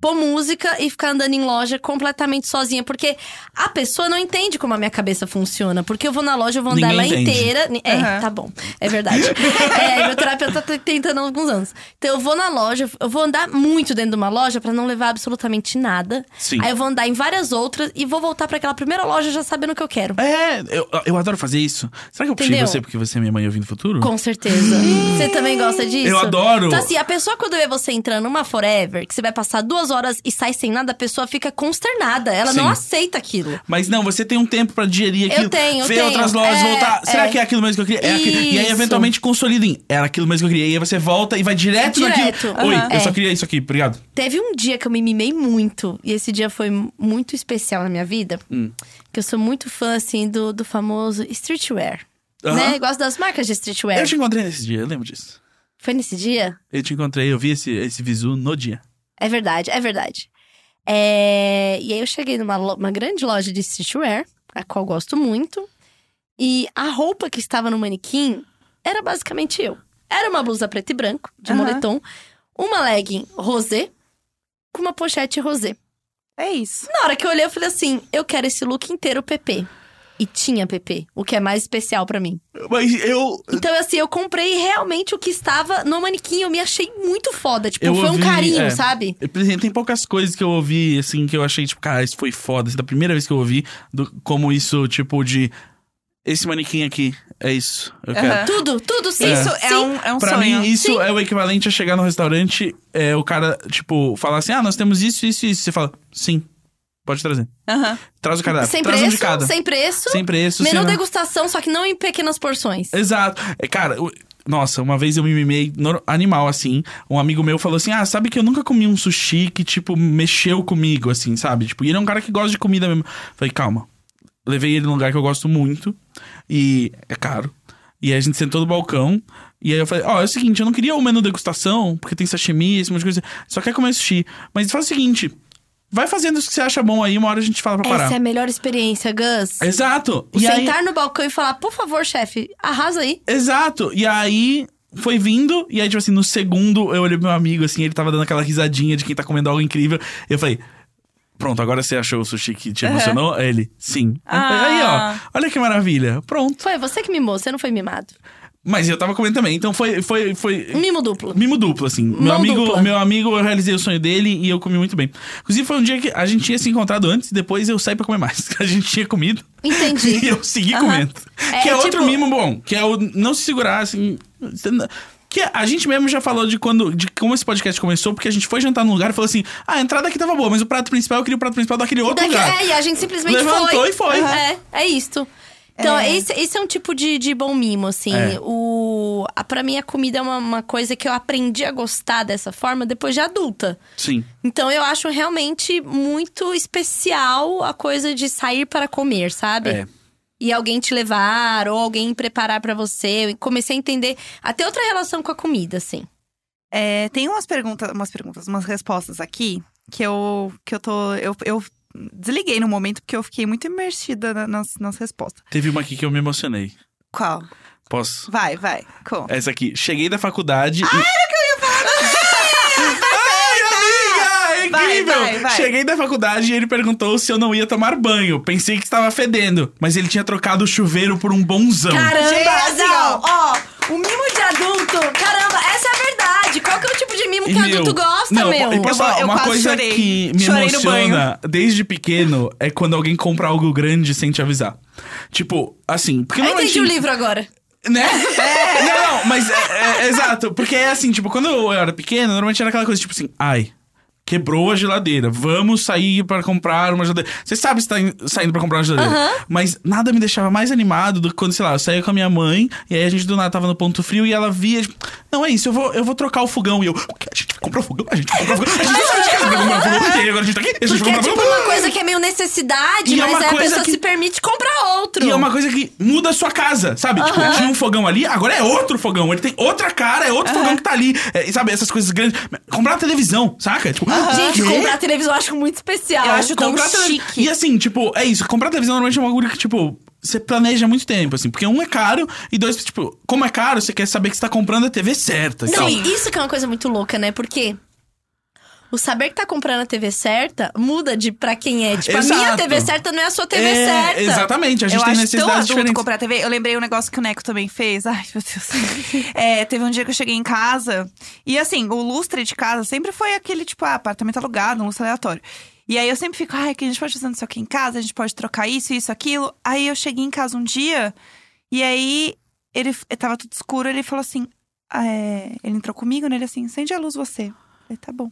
pôr música e ficar andando em loja completamente sozinha. Porque a pessoa não entende como a minha cabeça funciona. Porque eu vou na loja, eu vou andar
Ninguém
ela
entende.
inteira. Ni- É,
Aham.
tá bom. É verdade. é, meu terapeuta tá tentando há alguns anos. Então eu vou na loja, eu vou andar muito dentro de uma loja pra não levar absolutamente nada.
Sim.
Aí eu vou andar em várias outras e vou voltar pra aquela primeira loja já sabendo o que eu quero.
É, eu, eu adoro fazer isso. Será que eu puxei
Entendeu?
você porque você é minha mãe ouvindo futuro?
Com certeza. Você também gosta disso?
Eu adoro.
Então, assim, a pessoa quando vê você entrando numa Forever, que você vai passar duas horas e sai sem nada, a pessoa fica consternada. Ela não
Sim.
aceita aquilo.
Mas não, você tem um tempo pra digerir aquilo.
tenho,
ver
tenho.
outras lojas,
É,
voltar. Será
é.
que é aquilo mesmo que eu queria? É aquilo. E aí,
Isso.
eventualmente, consolida em. Era aquilo mesmo que eu queria. E aí você volta e vai direto,
Direto,
naquilo. Oi,
aham.
eu só
É.
queria isso aqui, obrigado.
Teve um dia que eu me mimei muito, e esse dia foi muito especial na minha vida.
Hum.
Que eu sou muito fã, assim, do, do famoso streetwear.
Aham.
Né? Eu gosto das marcas de streetwear.
Eu te encontrei nesse dia, eu lembro disso.
Foi nesse dia?
Eu te encontrei, eu vi esse, esse visu no dia.
É verdade, é verdade. É, E aí eu cheguei numa lo- uma grande loja de streetwear, a qual eu gosto muito. E a roupa que estava no manequim era basicamente eu. Era uma blusa preto e branco, de
Aham.
moletom, uma legging rosé, com uma pochete rosé.
É isso.
Na hora que eu olhei, eu falei assim: eu quero esse look inteiro PP. E tinha PP, o que é mais especial pra mim.
Mas eu.
Então, assim, eu comprei realmente o que estava no manequim. Eu me achei muito foda. Tipo,
Eu
foi um
ouvi,
carinho,
é.
sabe?
eu- por exemplo, Tem poucas coisas que eu ouvi, assim, que eu achei, tipo, cara, isso foi foda. Assim, da primeira vez que eu ouvi, do- como isso, tipo, de. Esse manequim aqui, é isso. Eu quero.
Aham.
Tudo, tudo, sim.
Isso é,
sim.
um, é um
pra
sonho.
mim, isso
Sim.
é o equivalente a chegar no restaurante, é, o cara, tipo, falar assim: ah, nós temos isso, isso e isso. Você fala, sim, pode trazer.
Aham.
Traz o cardápio.
Sem
Traz um de
preço,
cada.
sem preço,
Sem preço,
menu
sem-
degustação, só que não em pequenas porções.
Exato. É, cara, o- nossa, uma vez eu me mimei nor- animal, assim. Um amigo meu falou assim: Ah, sabe que eu nunca comi um sushi que, tipo, mexeu comigo, assim, sabe? Tipo, e ele é um cara que gosta de comida mesmo. Falei, calma. Levei ele num lugar que eu gosto muito. E é caro. E aí a gente sentou no balcão. E aí eu falei, ó, é o seguinte, eu não queria o menu degustação, porque tem sashimi, esse monte de coisa. Só quer comer sushi. Mas faz o seguinte, vai fazendo isso que você acha bom aí, uma hora a gente fala pra parar.
Essa é a melhor experiência, Gus.
Exato.
é O
E aí-
sentar no balcão e falar, por favor, chefe, arrasa aí.
Exato. E aí foi vindo, e aí, tipo assim, no segundo eu olhei pro meu amigo, assim, ele tava dando aquela risadinha de quem tá comendo algo incrível. Eu falei. Pronto, agora você achou o sushi que te
Aham.
emocionou? Aí Ele, sim. Eu falei,
Ah.
Aí, ó, olha que maravilha. Pronto.
Foi você que mimou, você não foi mimado. Um
Mas eu tava comendo também, então foi. foi, foi
Mimo duplo.
Mimo duplo, assim. Meu
Mão
amigo,
dupla.
meu amigo, eu realizei o sonho dele e eu comi muito bem. Inclusive, foi um dia que a gente tinha se encontrado antes e depois eu saí pra comer mais. A gente tinha comido e
Entendi.
eu segui comendo.
É,
que é outro
tipo-
mimo bom, que é o não se segurar, assim. você não- Que a gente mesmo já falou de quando de como esse podcast começou, porque a gente foi jantar num lugar e falou assim: ah, a entrada aqui tava boa, mas o prato principal eu queria o prato principal daquele outro
Daqui-
lugar.
é, e a gente simplesmente
Levantou
foi.
e foi.
Aham. É, é isto. Então, Esse, esse é um tipo de, de bom mimo, assim.
É.
O, a, pra mim, a comida é uma- uma coisa que eu aprendi a gostar dessa forma depois de adulta.
Sim.
Então eu acho realmente muito especial a coisa de sair para comer, sabe?
É.
E alguém te levar, ou alguém preparar pra você. Eu comecei a entender até outra relação com a comida, assim.
É, tem umas perguntas, umas perguntas, umas respostas aqui que eu que eu tô eu, eu desliguei no momento porque eu fiquei muito imersida na- nas, nas respostas.
Teve uma aqui que eu me emocionei.
Qual?
Posso?
Vai, vai. Conta.
Essa aqui. Cheguei da faculdade. Ah, era que eu ia falar! Ai, amiga! É Incrível!
Vai, vai, vai.
Cheguei da faculdade e ele perguntou se eu não ia tomar banho. Pensei que estava fedendo, mas ele tinha trocado o chuveiro por um bonzão.
Gente, assim, ó.
ó, o mimo de adulto, caramba, essa é a verdade. Qual que é o tipo de mimo que
Meu,
adulto gosta,
não,
meu?
E posso
Eu-
falar,
eu
uma
quase
coisa
chorei.
que me
Chorei no
emociona desde pequeno é quando alguém compra algo grande sem te avisar. Tipo, assim, porque
Eu entendi o
normalmente-
livro agora.
Né? Não, não, mas é, é, exato. Porque é assim, tipo, quando eu era pequeno, normalmente era aquela coisa, tipo assim, ai. Quebrou a geladeira. Vamos sair para comprar uma geladeira. Você sabe se tá in- saindo para comprar uma geladeira. Mas nada me deixava mais animado do que quando, sei lá, eu saía com a minha mãe e aí a gente do nada tava no ponto frio e ela via, tipo, não é isso, eu vou, eu vou trocar o fogão. E eu, o quê? A gente comprou fogão? A gente comprou fogão? A gente saiu de casa pra comprar fogão? E aí agora a gente tá aqui? A gente
Porque é
comprou
tipo
fogão?
uma coisa que é meio necessidade,
E é
mas
uma
aí a
coisa
pessoa
que-
se permite comprar outro.
E é uma coisa que muda a sua casa, sabe? Tipo, tinha um fogão ali, agora é outro fogão. Ele tem outra cara, é outro fogão que tá ali. É, e sabe, essas coisas grandes. Comprar uma televisão, saca? Tipo,
Gente,
quê?
comprar televisão eu acho muito especial.
Eu acho tão
Comprar tele-
chique.
E assim, tipo, é isso. Comprar televisão normalmente é um bagulho que, tipo, você planeja muito tempo, assim. Porque um é caro e dois, tipo, como é caro, você quer saber que você tá comprando a TV certa. e
Não,
tal.
Sim.
isso que é uma coisa muito louca, né? Porque o saber que tá comprando a TV certa muda de pra quem é. Tipo, a minha
Exato.
TV certa não é a sua TV
É,
certa.
Exatamente, a gente
eu
tem
acho tão
necessidades
adulto
diferentes.
comprar TV. Eu lembrei um negócio que o Neco também fez. Ai, meu Deus. É, teve um dia que eu cheguei em casa. E assim, o lustre de casa sempre foi aquele, tipo, ah, apartamento alugado, um lustre aleatório. E aí eu sempre fico, ai, que a gente pode fazer isso aqui em casa, a gente pode trocar isso, isso, aquilo. Aí eu cheguei em casa um dia, e aí ele f- eh, tava tudo escuro, eh, ele falou assim. ah, é, Ele entrou comigo, né? Ele assim, acende a luz você. Eu falei, tá bom.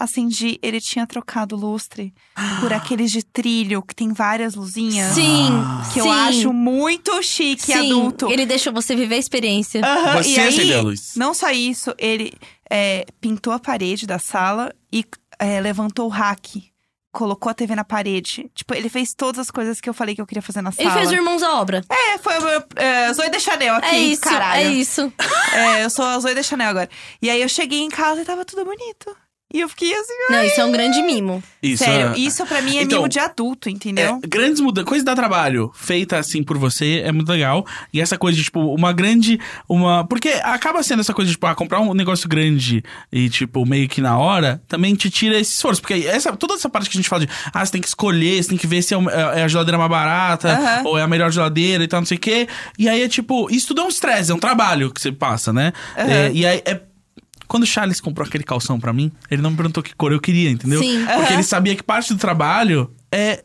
acendi, ele tinha trocado o lustre por aqueles de trilho que tem várias luzinhas.
Sim,
Que
sim,
eu acho muito chique
sim.
adulto. Ah,
Ele deixou você viver a experiência.
Aham,
Você
e aí,
acendeu a luz.
Não só isso, ele é, pintou a parede da sala e é, levantou o rack. Colocou a TV na parede. Tipo, ele fez todas as coisas que eu falei que eu queria fazer na
Ele
sala.
fez o Irmãos à Obra.
É, foi o meu. É, Zoe de Chanel aqui,
é isso,
caralho.
é isso.
É, eu sou a Zoe da Chanel agora. E aí eu cheguei em casa e tava tudo bonito. E eu fiquei assim,
Não, isso é um grande mimo.
Isso
sério,
é-
isso pra mim é
Então,
mimo de adulto, entendeu?
É, grandes mudanças. Coisa da trabalho feita assim por você é muito legal. E essa coisa de, tipo, uma grande. Uma. Porque acaba sendo essa coisa de, tipo, ah, comprar um negócio grande e, tipo, meio que na hora, também te tira esse esforço. Porque essa, toda essa parte que a gente fala de, ah, você tem que escolher, você tem que ver se é, o- é a geladeira mais barata
Aham.
ou é a melhor geladeira e tal, não sei o quê. E aí é tipo, isso tudo é um estresse, é um trabalho que você passa, né?
Aham.
É, e aí é. Quando o Charles comprou aquele calção pra mim, ele não me perguntou que cor eu queria, entendeu?
Sim.
Porque
Aham.
ele sabia que parte do trabalho é.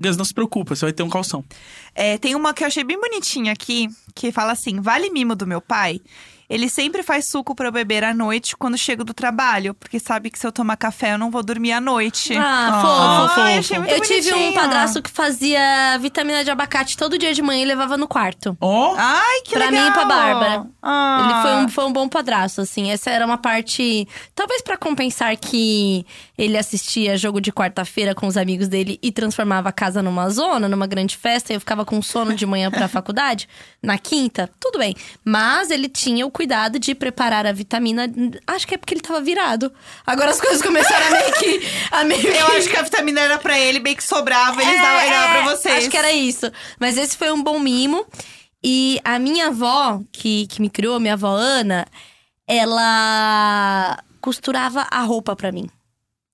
Gus, não se preocupa, você vai ter um calção.
É, tem uma que eu achei bem bonitinha aqui, que fala assim: vale mimo do meu pai? Ele sempre faz suco pra eu beber à noite quando chego do trabalho, porque sabe que se eu tomar café eu não vou dormir à noite.
Ah,
Ah,
fofo.
Ai,
fofo.
achei muito
Eu tive um
bonitinho.
padrasto que fazia vitamina de abacate todo dia de manhã e levava no quarto.
Ó,
Ai, que
Pra
legal.
mim e pra Bárbara.
Ah.
Ele foi um, foi um bom padrasto, assim. Essa era uma parte. Talvez pra compensar que ele assistia jogo de quarta-feira com os amigos dele e transformava a casa numa zona, numa grande festa, e eu ficava com sono de manhã pra faculdade, na quinta, tudo bem. Mas ele tinha o cuidado de preparar a vitamina. Acho que é porque ele tava virado. Agora as coisas começaram a meio que. A meio
Eu
que-
acho que a vitamina era pra ele, bem que sobrava, eles
É,
davam ele dava
é,
pra vocês.
Acho que era isso. Mas esse foi um bom mimo. E a minha avó, que, que me criou, minha avó Ana, ela costurava a roupa pra mim.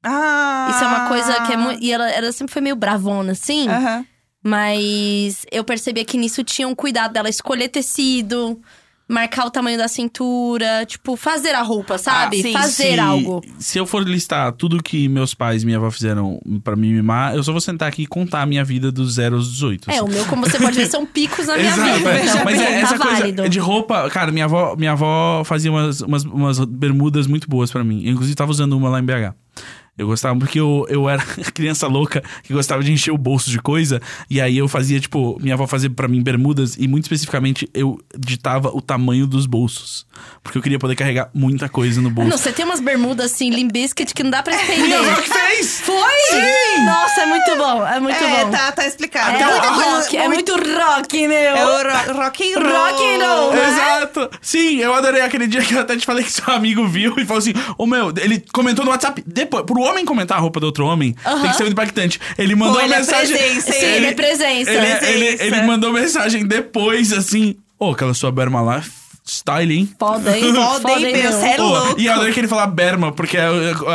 Ah.
Isso é uma coisa que é muito. E ela, ela sempre foi meio bravona, assim.
Aham.
Mas eu percebia que nisso tinha um cuidado dela escolher tecido, marcar o tamanho da cintura, tipo, fazer a roupa, sabe?
Ah, sim,
fazer
se,
algo.
Se eu for listar tudo que meus pais e minha avó fizeram pra me mimar, eu só vou sentar aqui e contar a minha vida dos 0 aos 18.
É, o meu, como você pode ver, são picos na minha
Exato,
vida.
é.
Então,
Mas é,
tá
essa coisa
válido.
de roupa, cara, minha avó, minha avó fazia umas, umas, umas bermudas muito boas pra mim. Eu, inclusive, tava usando uma lá em BH. Eu gostava porque eu, eu era criança louca que gostava de encher o bolso de coisa. E aí eu fazia, tipo, minha avó fazia pra mim bermudas e muito especificamente eu ditava o tamanho dos bolsos. Porque eu queria poder carregar muita coisa no bolso.
Não, você tem umas bermudas assim, limbiscuit, que não dá pra
Minha avó
entender.
que fez!
Foi? Nossa, é muito bom, é muito
é,
bom.
tá, tá explicado.
É,
Tem muita
rock,
coisa-
é muito rock, meu.
É o ro- rock and roll.
Rock and roll, né?
Exato! Sim, eu adorei aquele dia que eu até te falei que seu amigo viu e falou assim: Ô meu, ele comentou no WhatsApp. Depois, pro homem comentar a roupa do outro homem,
Aham.
tem que ser muito impactante. Ele mandou
Pô, ele é
mensagem.
presença, hein?
Sim, ele é presença.
Ele, ele,
Presença.
ele mandou mensagem depois, assim: Ô, aquela sua berma lá, style, hein?
Foda, hein?
Foda, hein, meu?
meu.
Sério? É
Ô,
louco.
E eu adorei que ele falar berma, porque é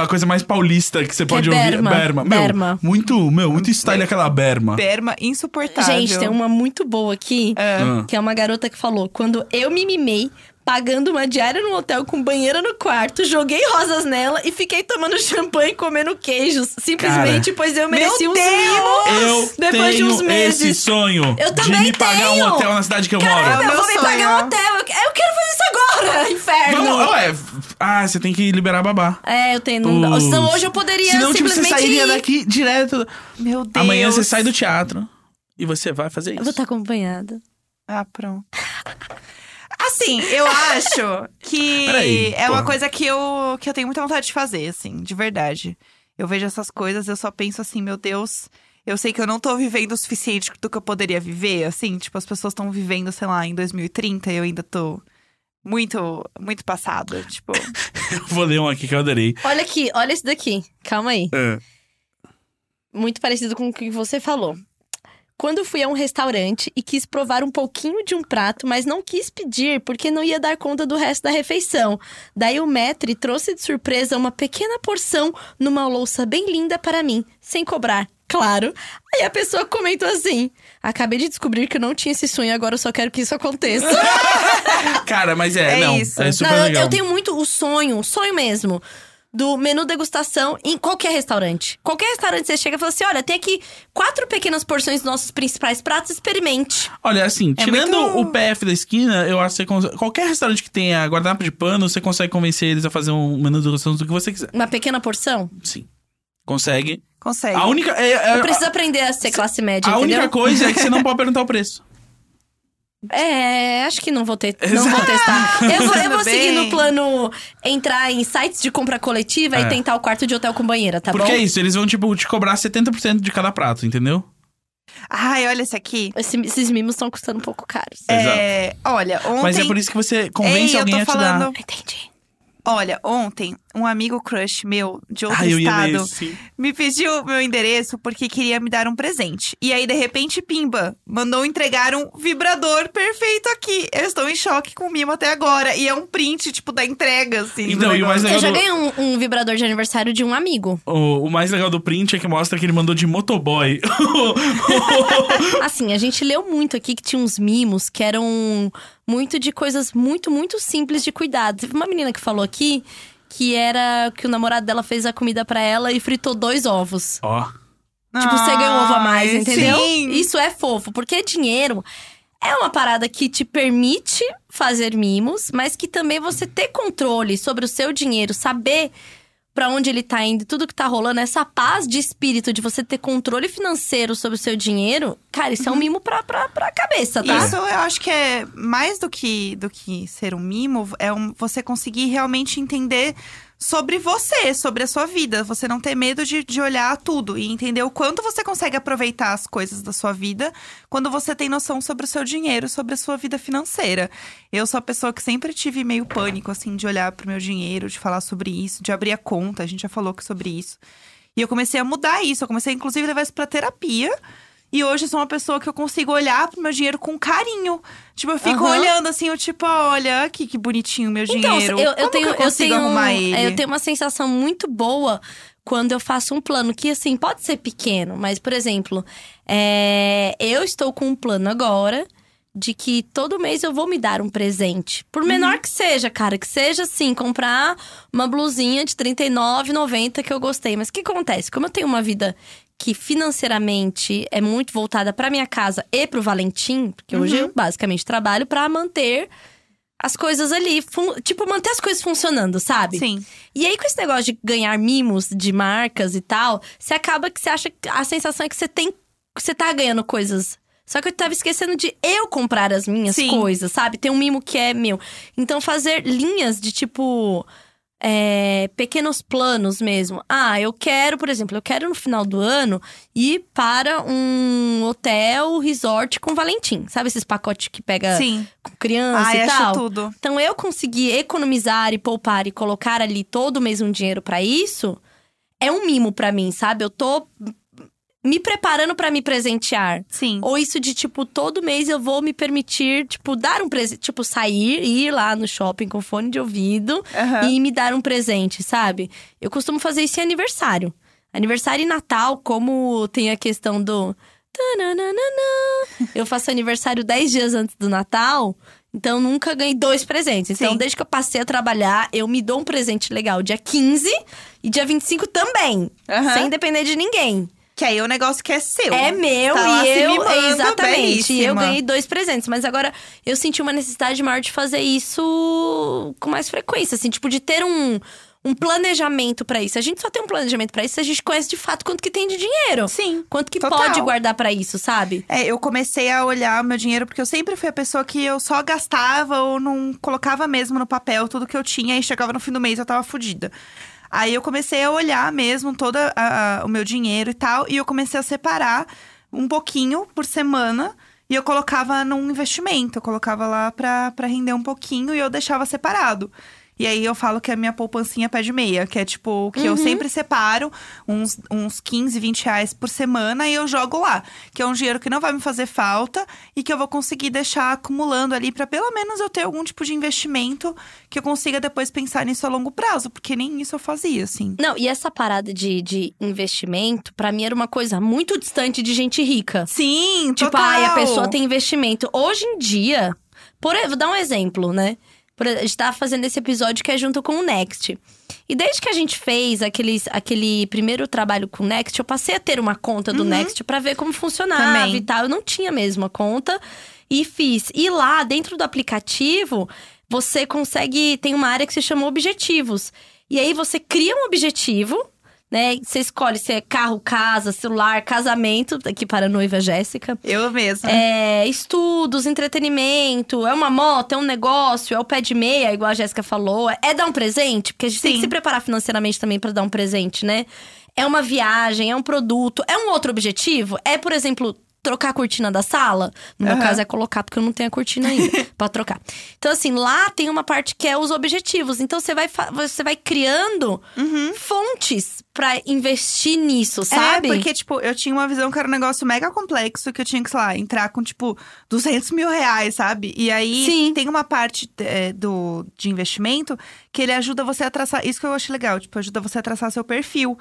a coisa mais paulista que você pode
é
ouvir.
berma,
berma. Meu,
berma.
Muito, meu, muito style aquela berma.
Berma insuportável.
Gente, tem um uma muito boa aqui,
Ah.
que é uma garota que falou: quando eu me mimei. Pagando uma diária no hotel com banheira no quarto, joguei rosas nela e fiquei tomando champanhe e comendo queijos. Simplesmente, pois eu mereci
Meu
uns
Deus!
mimos
Eu
depois de
tenho
uns meses.
esse sonho
Eu
de
também
me pagar
tenho.
um hotel na cidade que eu moro.
Caramba,
É o
eu vou
meu
me pagar um
sonho.
hotel. Eu eu quero fazer isso agora, inferno.
Vamos, ué, f- ah, você tem que liberar a babá.
É, eu tenho. Não, dá.
Os-
senão hoje eu poderia
Senão, tipo, você
simplesmente.
sairia
ir.
daqui direto.
Meu Deus.
Amanhã você sai do teatro e você vai fazer
Eu vou tá-
isso.
estar acompanhada.
Ah, pronto. Assim, eu acho que
Peraí,
é uma
porra.
coisa que eu, que eu tenho muita vontade de fazer, assim, de verdade. Eu vejo essas coisas, eu só penso assim, meu Deus, eu sei que eu não tô vivendo o suficiente do que eu poderia viver, assim, tipo, as pessoas estão vivendo, sei lá, em 2030 e eu ainda tô muito, muito passada, tipo.
Eu vou ler um aqui que eu adorei.
Olha aqui, olha esse daqui. Calma aí. Muito parecido com o que você falou. Quando fui a um restaurante e quis provar um pouquinho de um prato, mas não quis pedir porque não ia dar conta do resto da refeição. Daí o maître trouxe de surpresa uma pequena porção numa louça bem linda para mim, sem cobrar, claro. Aí a pessoa comentou assim: Acabei de descobrir que eu não tinha esse sonho, agora eu só quero que isso aconteça.
Cara, mas é,
É
não.
isso.
É super
Não, eu-
legal.
eu tenho muito o sonho, o sonho mesmo. do menu degustação em qualquer restaurante. Qualquer restaurante você chega e fala assim: olha, tem aqui quatro pequenas porções dos nossos principais pratos, experimente.
Olha, assim,
É
tirando
muito-
o PF da esquina, eu acho que você cons- qualquer restaurante que tenha guardanapo de pano, você consegue convencer eles a fazer um menu de degustação do que você quiser.
Uma pequena porção?
Sim. Consegue.
Consegue.
A única. é- é-
Eu preciso aprender a ser classe média,
a
entendeu?
única coisa é que você não pode perguntar o preço.
É, acho que não vou, ter, não
Exato.
vou testar. Eu vou, eu vou
Tudo
seguir
bem.
no plano entrar em sites de compra coletiva
É.
e tentar o quarto de hotel com banheira, tá
Porque
bom?
é isso, eles vão, tipo, te cobrar 70% de cada prato, entendeu?
Ai, olha esse aqui.
Esse- esses mimos estão custando um pouco caros.
É, olha, ontem.
Mas é por isso que você convence
Ei, eu
alguém
tô
a te
falando.
dar.
Entendi.
Olha, ontem, um amigo crush meu de outro
Ah, eu ia ler
estado
esse, sim.
me pediu meu endereço porque queria me dar um presente. E aí, de repente, pimba, mandou entregar um vibrador perfeito aqui. Eu estou em choque com o mimo até agora. E é um print, tipo, da entrega, assim.
Então,
do
e o mais
negócio.
Eu já
do-
ganhei um, um vibrador de aniversário de um amigo.
O, o mais legal do print é que mostra que ele mandou de motoboy.
Assim, a gente leu muito aqui que tinha uns mimos que eram muito de coisas muito, muito simples de cuidado. Teve uma menina que falou aqui que era que o namorado dela fez a comida pra ela e fritou dois ovos.
Ó.
Tipo, você ganhou ovo a mais,
Ai,
entendeu?
Sim.
Isso é fofo, porque dinheiro é uma parada que te permite fazer mimos, mas que também você ter controle sobre o seu dinheiro, saber pra onde ele tá indo, tudo que tá rolando, essa paz de espírito de você ter controle financeiro sobre o seu dinheiro, cara, isso é um mimo pra, pra, pra cabeça, tá?
Uhum. Isso eu acho que é mais do que, do que ser um mimo, é um- você conseguir realmente entender sobre você, sobre a sua vida. Você não ter medo de, de olhar tudo e entender o quanto você consegue aproveitar as coisas da sua vida quando você tem noção sobre o seu dinheiro, sobre a sua vida financeira. Eu sou a pessoa que sempre tive meio pânico, assim, de olhar pro meu dinheiro, de falar sobre isso, de abrir a conta. A gente já falou que sobre isso. E eu comecei a mudar isso. Eu comecei, inclusive, a levar isso pra terapia. E hoje eu sou uma pessoa que eu consigo olhar pro meu dinheiro com carinho. Tipo, eu fico
Aham.
olhando assim, eu tipo, "Ah, olha aqui que bonitinho meu
Então,
dinheiro.
eu, eu
Como
tenho,
que eu consigo
tenho-
arrumar ele?
é, eu tenho uma sensação muito boa quando eu faço um plano que, assim, pode ser pequeno, mas, por exemplo, é, eu estou com um plano agora de que todo mês eu vou me dar um presente. Por menor
Uhum.
que seja, cara, que seja assim, comprar uma blusinha de R$39,90 que eu gostei. Mas o que acontece? Como eu tenho uma vida que financeiramente é muito voltada pra minha casa e pro Valentim, porque hoje
Uhum.
eu basicamente trabalho pra manter as coisas ali, fun- tipo, manter as coisas funcionando, sabe?
Sim.
E aí, com esse negócio de ganhar mimos de marcas e tal, você acaba que você acha. que- A sensação é que você tem. que Você tá ganhando coisas. Só que eu tava esquecendo de eu comprar as minhas
Sim.
coisas, sabe? Tem um mimo que é meu. Então, fazer linhas de tipo. é, pequenos planos mesmo. Ah, eu quero, por exemplo, eu quero no final do ano ir para um hotel, resort com Valentim. Sabe esses pacotes que pega
Sim.
com criança
Ai,
e
acho
Ah, tal?
tudo.
Então, eu conseguir economizar e poupar e colocar ali todo mês um dinheiro pra isso, é um mimo pra mim, sabe? Eu tô me preparando pra me presentear.
Sim.
Ou isso de, tipo, todo mês eu vou me permitir, tipo, dar um presente. Tipo, sair, ir lá no shopping com fone de ouvido
Aham.
e me dar um presente, sabe? Eu costumo fazer isso em aniversário. Aniversário e Natal, como tem a questão do. tananana, Eu faço aniversário 10 dias antes do Natal, então nunca ganhei dois presentes. Então,
Sim.
desde que eu passei a trabalhar, eu me dou um presente legal dia 15 e dia 25 também.
Aham.
Sem depender de ninguém.
Que aí o negócio que é seu.
É meu
Tá lá
e
se
eu.
mimando,
exatamente. E eu
belíssima.
ganhei dois presentes. Mas agora eu senti uma necessidade maior de fazer isso com mais frequência, assim, tipo, de ter um. Um planejamento pra isso. A gente só tem um planejamento pra isso se a gente conhece de fato quanto que tem de dinheiro.
Sim.
Quanto que
Total.
pode guardar pra isso, sabe?
É, eu comecei a olhar o meu dinheiro porque eu sempre fui a pessoa que eu só gastava ou não colocava mesmo no papel tudo que eu tinha e chegava no fim do mês eu tava fodida. Aí eu comecei a olhar mesmo todo o meu dinheiro e tal e eu comecei a separar um pouquinho por semana e eu colocava num investimento, eu colocava lá pra, pra render um pouquinho e eu deixava separado. E aí eu falo que a minha poupancinha pé de meia, que é tipo o que
Uhum.
eu sempre separo, uns, uns 15, 20 reais por semana, e eu jogo lá. Que é um dinheiro que não vai me fazer falta e que eu vou conseguir deixar acumulando ali pra pelo menos eu ter algum tipo de investimento que eu consiga depois pensar nisso a longo prazo, porque nem isso eu fazia, assim.
Não, e essa parada de, de investimento, pra mim era uma coisa muito distante de gente rica.
Sim,
Tipo,
total.
ai, a pessoa tem investimento. Hoje em dia, tá por, vou dar um exemplo, né? Por, a gente tava fazendo esse episódio que é junto com o Next. E desde que a gente fez aqueles, aquele primeiro trabalho com o Next, eu passei a ter uma conta do Next pra ver como funcionava
Uhum. Também.
e tal. Eu não tinha mesmo a conta e fiz. E lá, dentro do aplicativo, você consegue. Tem uma área que se chama objetivos. E aí você cria um objetivo. Né? Você escolhe se é carro, casa, celular, casamento, aqui para a noiva Jéssica.
Eu mesma.
É, estudos, entretenimento, é uma moto, é um negócio, é o pé de meia, igual a Jéssica falou. É dar um presente, porque a gente tem que
Sim.
se preparar financeiramente também pra dar um presente, né? É uma viagem, é um produto, é um outro objetivo? É, por exemplo, trocar a cortina da sala? No meu
Aham.
caso é colocar, porque eu não tenho a cortina ainda pra trocar. Então, assim, lá tem uma parte que é os objetivos. Então, você vai, fa- você vai criando fontes pra investir nisso, sabe?
Uhum. É, porque, tipo, eu tinha uma visão que era um negócio mega complexo, que eu tinha que, sei lá, entrar com, tipo, 200 mil reais, sabe? E aí
Sim.
tem uma parte é, do, de investimento que ele ajuda você a traçar. Isso que eu acho legal, tipo, ajuda você a traçar seu perfil.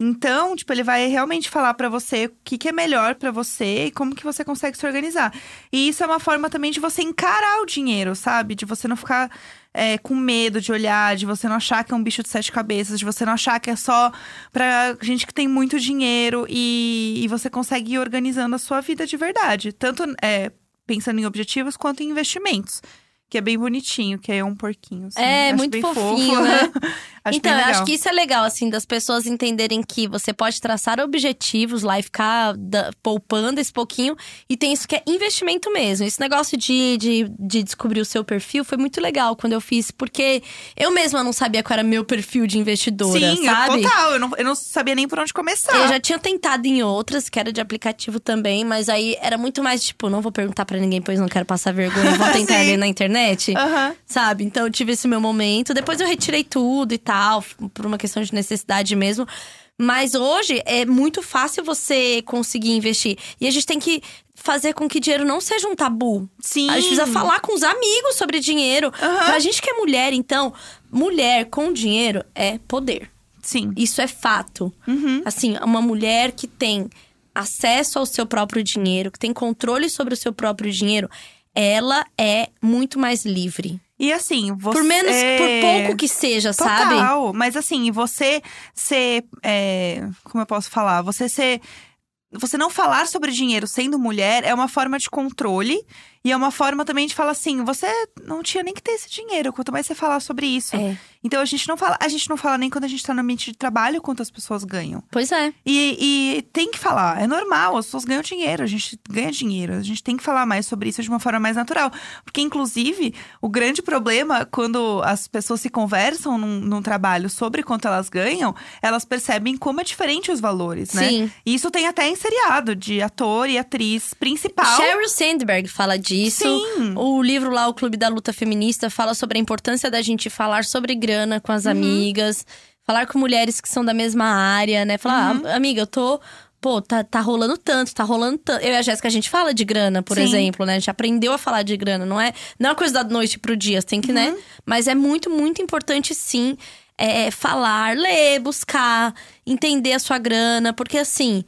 Então, tipo, ele vai realmente falar pra você o que, que é melhor pra você e como que você consegue se organizar. E isso é uma forma também de você encarar o dinheiro, sabe? De você não ficar é, com medo de olhar, de você não achar que é um bicho de sete cabeças, de você não achar que é só pra gente que tem muito dinheiro e, e você consegue ir organizando a sua vida de verdade. Tanto é, pensando em objetivos quanto em investimentos. Que é bem bonitinho, que é um porquinho. assim.
É,
Acho
muito
bem
fofinho,
fofo.
né?
acho
então,
bem
eu
legal.
acho que isso é legal, assim, das pessoas entenderem que você pode traçar objetivos lá e ficar da- poupando esse pouquinho. E tem isso que é investimento mesmo. Esse negócio de, de, de descobrir o seu perfil foi muito legal quando eu fiz, porque eu mesma não sabia qual era meu perfil de investidora,
Sim, eu-
sabe?
total. Eu não, eu não sabia nem por onde começar.
Eu já tinha tentado em outras, que era de aplicativo também, mas aí era muito mais tipo, não vou perguntar pra ninguém, pois não quero passar vergonha, vou tentar
Sim.
ler na internet.
Aham.
Sabe? Então eu tive esse meu momento. Depois eu retirei tudo e tal, f- por uma questão de necessidade mesmo. Mas hoje é muito fácil você conseguir investir. E a gente tem que fazer com que dinheiro não seja um tabu.
Sim.
A gente precisa falar com os amigos sobre dinheiro.
Aham.
Pra gente que é mulher, então, mulher com dinheiro é poder.
Sim.
Isso é fato.
uhum.
Assim, uma mulher que tem acesso ao seu próprio dinheiro, que tem controle sobre o seu próprio dinheiro, ela é muito mais livre.
E assim, você.
Por menos, por pouco que seja, sabe?
Total. Mas assim, você ser. é, como eu posso falar? Você ser. Você não falar sobre dinheiro sendo mulher é uma forma de controle e é uma forma também de falar assim: você não tinha nem que ter esse dinheiro, quanto mais você falar sobre isso.
É.
Então a gente não fala, a gente não fala nem quando a gente tá no ambiente de trabalho quanto as pessoas ganham.
Pois é.
E, e tem que falar, é normal, as pessoas ganham dinheiro, a gente ganha dinheiro, a gente tem que falar mais sobre isso de uma forma mais natural. Porque, inclusive, o grande problema quando as pessoas se conversam num, num trabalho sobre quanto elas ganham, elas percebem como é diferente os valores, né?
Sim.
E isso tem até em seriado de ator e atriz principal.
Sheryl Sandberg fala disso.
Sim.
O livro lá, O Clube da Luta Feminista, fala sobre a importância da gente falar sobre grana com as amigas, falar com mulheres que são da mesma área, né? Falar, "Ah, amiga, eu tô. Pô, tá, tá rolando tanto, tá rolando tanto. Eu e a Jéssica, a gente fala de grana, por
Sim.
exemplo, né? A gente aprendeu a falar de grana, não é? Não é uma coisa da noite pro dia, você tem que, né? Mas é muito, muito importante, sim, é, falar, ler, buscar, entender a sua grana, porque assim.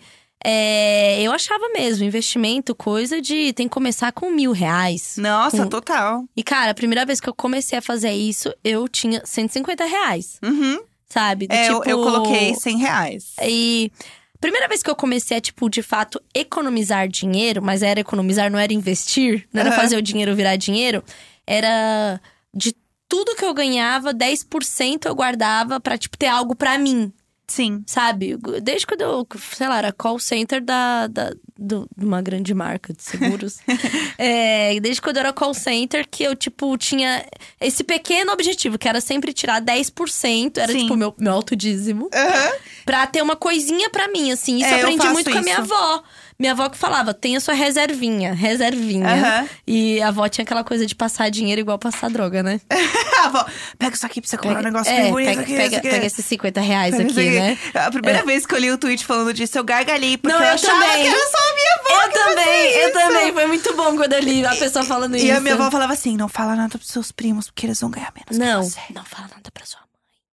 É, eu achava mesmo, investimento, coisa de tem que começar com mil reais.
Nossa,
Com-
total.
E, cara, a primeira vez que eu comecei a fazer isso, eu tinha 150 reais,
Uhum.
sabe? Do
É, eu- eu
tipo-
coloquei 100 reais.
E. Primeira vez que eu comecei a, tipo, de fato, economizar dinheiro, mas era economizar, não era investir, não era
Aham.
fazer o dinheiro virar dinheiro, era de tudo que eu ganhava, 10% eu guardava pra, tipo, ter algo pra mim,
Sim.
sabe? Desde quando eu, sei lá, era call center da, da, do- de uma grande marca de seguros. É, desde quando eu era call center, que eu, tipo, tinha esse pequeno objetivo, que era sempre tirar 10%, era
Sim.
tipo meu, meu autodízimo,
Aham.
pra ter uma coisinha pra mim, assim. Isso
É, eu
eu aprendi
faço
muito com a minha
isso.
avó. Minha avó que falava, tenha sua reservinha, reservinha.
Aham.
E a avó tinha aquela coisa de passar dinheiro igual passar droga, né?
Ah, vó, pega isso aqui pra você comprar um negócio
é,
bem bonito
pega,
aqui. isso
pega,
aqui.
pega esses 50 reais
Não sei
aqui,
o quê.
né?
A primeira vez que eu li o tweet falando disso, eu gargalhei, porque
Não,
eu,
eu
achava
também.
que era só a minha avó.
Eu também, eu também. Foi muito bom quando eu li a pessoa falando isso.
E a minha avó falava assim: não fala nada pros seus primos, porque eles vão ganhar menos. que
Não,
você."
não fala nada pra sua mãe.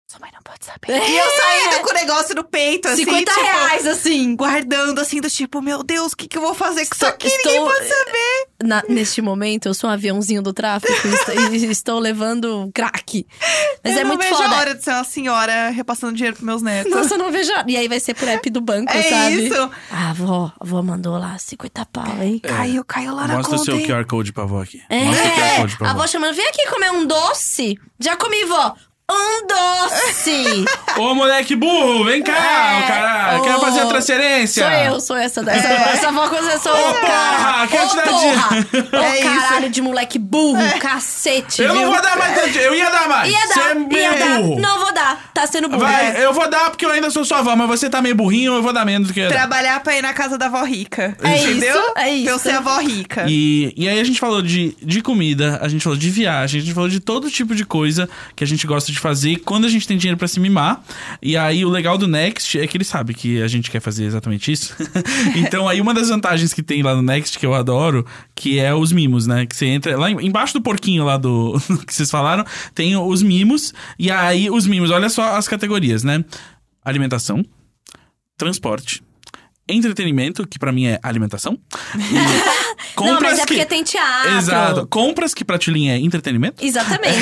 Sua mãe não pode saber. E eu saindo com o negócio no peito, assim,
50
tipo,
reais, assim.
guardando, assim, do tipo, meu Deus, o que, que eu vou fazer com isso
Estou-
aqui? Ninguém
estou- eh,
pode saber.
Na- neste momento, eu sou um aviãozinho do tráfico e estou- e estou levando crack. Mas
eu
é
não
muito
vejo
foda.
a hora de ser uma senhora repassando dinheiro pros meus netos.
Nossa, eu não vejo a hora. E aí vai ser por app do banco,
é
sabe?
isso.
Ah, avó, a avó mandou lá 50 pau, hein?
Caiu, caiu lá
É. Mostra
na
o
conta.
seu
hein?
QR Code pra avó aqui.
É,
Mostra o QR Code pra
a
avó.
avó chamando, vem aqui comer um doce. Já comi, vó. Um doce!
Ô, moleque burro, vem cá,
É,
o cara.
ô.
Quero fazer a transferência.
sou eu, sou essa. Essa, essa avó coisa sou
É. Ô,
eu, cara.
porra, quero
Ô,
te dar
porra! Ô,
É isso.
caralho de moleque burro, cacete,
É. Eu
viu?
não vou dar mais tanto dinheiro. Eu ia dar mais.
Ia
Você é
dar, ia
meio
dar.
burro.
Não vou dar, tá sendo burro.
Vai, é eu vou dar porque eu ainda sou sua avó, mas você tá meio burrinho, eu vou dar menos do que eu ia dar.
Trabalhar pra ir na casa da avó rica.
É
entendeu?
isso, é
Pra eu
isso.
ser avó rica.
E, e aí a gente falou de, de comida, a gente falou de viagem, a gente falou de todo tipo de coisa que a gente gosta de fazer quando a gente tem dinheiro pra se mimar. E aí o legal do Next é que ele sabe que a gente quer fazer exatamente isso. então aí uma das vantagens que tem lá no Next, que eu adoro, que é os mimos, né? Que você entra lá em- embaixo do porquinho lá do que vocês falaram, tem os mimos. E aí os mimos, olha só as categorias, né? Alimentação, transporte, entretenimento, que pra mim é alimentação. E
Não, mas é
que-
porque tem teatro.
Exato. Compras, que pra Tulin é entretenimento.
Exatamente.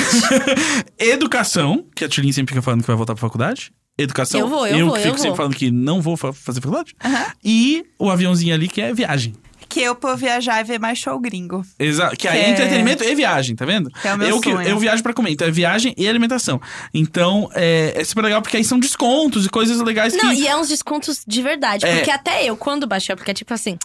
Educação, que a Tulin sempre fica falando que vai voltar pra faculdade. Educação.
Eu vou, eu vou,
que
eu
fico
vou.
sempre falando que não vou fa- fazer faculdade. E o aviãozinho ali, que é viagem.
Que eu pra eu viajar e ver mais show gringo.
Exato. Que aí
Que
é
é-
entretenimento e viagem, tá vendo?
Que é o meu
eu,
sonho.
eu viajo pra comer, então é viagem e alimentação. Então, é, é super legal, porque aí são descontos e coisas legais
Não,
que.
e é uns descontos de verdade.
É.
Porque até eu, quando baixei o aplicativo, assim.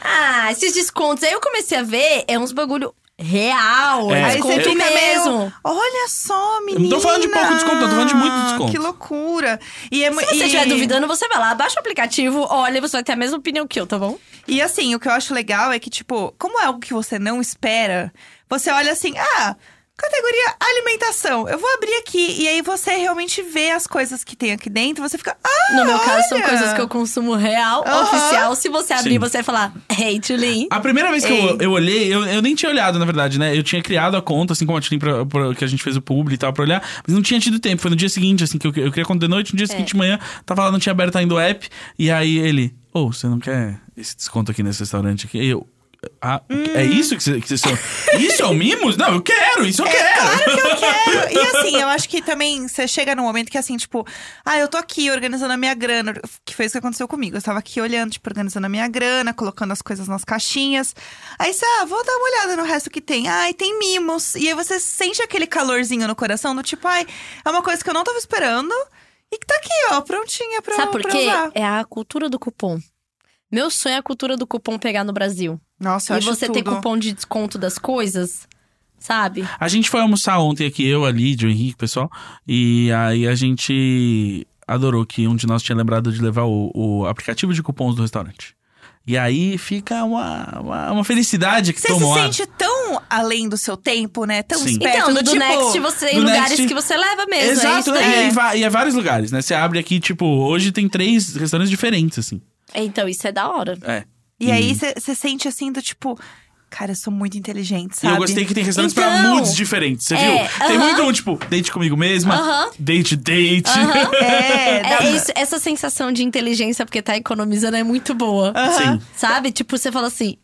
Ah, esses descontos. Aí eu comecei a ver, é uns bagulho real.
É.
É.
Aí você
Desconto
fica
mesmo.
meio, olha só,
tô
menina.
falando de pouco desconto, eu tô falando de muito desconto.
Que loucura. E é mu-
Se você
e-
estiver duvidando, você vai lá, baixa o aplicativo, olha, você vai ter a mesma opinião que eu, tá bom?
E assim, o que eu acho legal é que, tipo, como é algo que você não espera, você olha assim, ah, categoria alimentação. Eu vou abrir aqui. E aí você realmente vê as coisas que tem aqui dentro. Você fica, ah,
No meu caso, são
olha!
coisas que eu consumo real,
Aham.
oficial. Se você abrir,
Sim. Ah,
você vai falar, hey, Tulin.
A primeira vez que eu,
Ei.
eu olhei, eu, eu nem tinha olhado, na verdade, né? Eu tinha criado a conta, assim como a Tilin, pra, pra- que a gente fez o publi e tal, pra olhar, mas não tinha tido tempo. Foi no dia seguinte, assim, que eu, eu criei a conta de noite,
É.
no dia seguinte de manhã, tava lá, não tinha aberto ainda o app, e aí ele, ô, você não quer esse desconto aqui nesse restaurante aqui? E Eu. Ah, o que-
Hum.
é isso que você- que vocês são? Isso é o mimos? Não, eu quero, isso eu quero!
É Claro que eu quero! E assim, eu acho que também você chega num momento que assim, tipo, ah, eu tô aqui organizando a minha grana, que foi isso que aconteceu comigo. Eu estava aqui olhando, tipo, organizando a minha grana, colocando as coisas nas caixinhas. Aí você, ah, vou dar uma olhada no resto que tem. Ai, tem mimos. E aí você sente aquele calorzinho no coração, do tipo, ai, é uma coisa que eu não tava esperando. E que tá aqui, ó, prontinha pra,
Sabe por
pra
quê?
usar.
É a cultura do cupom. Meu sonho é a cultura do cupom pegar no Brasil.
Nossa, eu
e
acho
você ter
tudo.
cupom de desconto das coisas, sabe?
A gente foi almoçar ontem aqui, eu, a Lídia, o Henrique, o pessoal. E aí a gente adorou que um de nós tinha lembrado de levar o, o aplicativo de cupons do restaurante. E aí fica uma, uma, uma felicidade que
Você
tomou
se
lá.
sente tão além do seu tempo, né? Tão
Sim.
esperto.
então, do,
tipo,
Next você tem
do
lugares
Next-
que você leva mesmo. é
Exato,
isso
né? E,
daí.
aí va- e é vários lugares, né? Você abre aqui, tipo, hoje tem três restaurantes diferentes, assim.
É, Então, isso é da hora.
É.
E aí você sente assim do tipo, cara, eu sou muito inteligente,
E
sabe?
eu gostei que tem restaurantes pra
Então.
moods diferentes, você
É,
viu? Tem
aham.
muito, tipo, date comigo mesma,
Aham.
date, date.
Aham.
É, dá-
É isso, essa sensação de inteligência porque tá economizando é muito boa.
Sim.
Sabe? Tipo, você fala assim,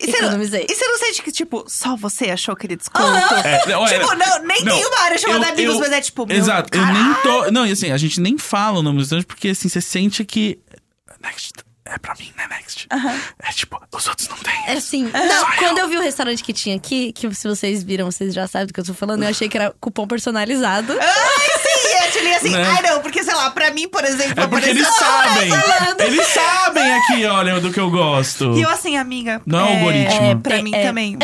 e você não,
economizei.
e cê não sente que, tipo, só você achou aquele desconto?
É, não, é,
tipo, não, nem
Não,
tem uma área chamada
eu-
amigos,
eu-
mas é tipo, meu,
Exato.
cara,
Eu nem tô. Não, e assim, a gente nem fala o nome dos restaurantes porque assim, você sente que. Next é pra mim, né? Next. É tipo, os outros não têm.
É assim, não, quando eu vi o restaurante que tinha aqui, que se vocês viram, vocês já sabem do que eu tô falando, eu achei que era cupom personalizado.
sim, e a Tilly assim,
Né?
ai não, porque sei lá, pra mim, por exemplo,
É
apareceu-
porque eles sabem. Eles sabem aqui, olha, do que eu gosto.
E eu assim, amiga.
Não é
é,
algoritmo.
É, pra mim
É, é.
também.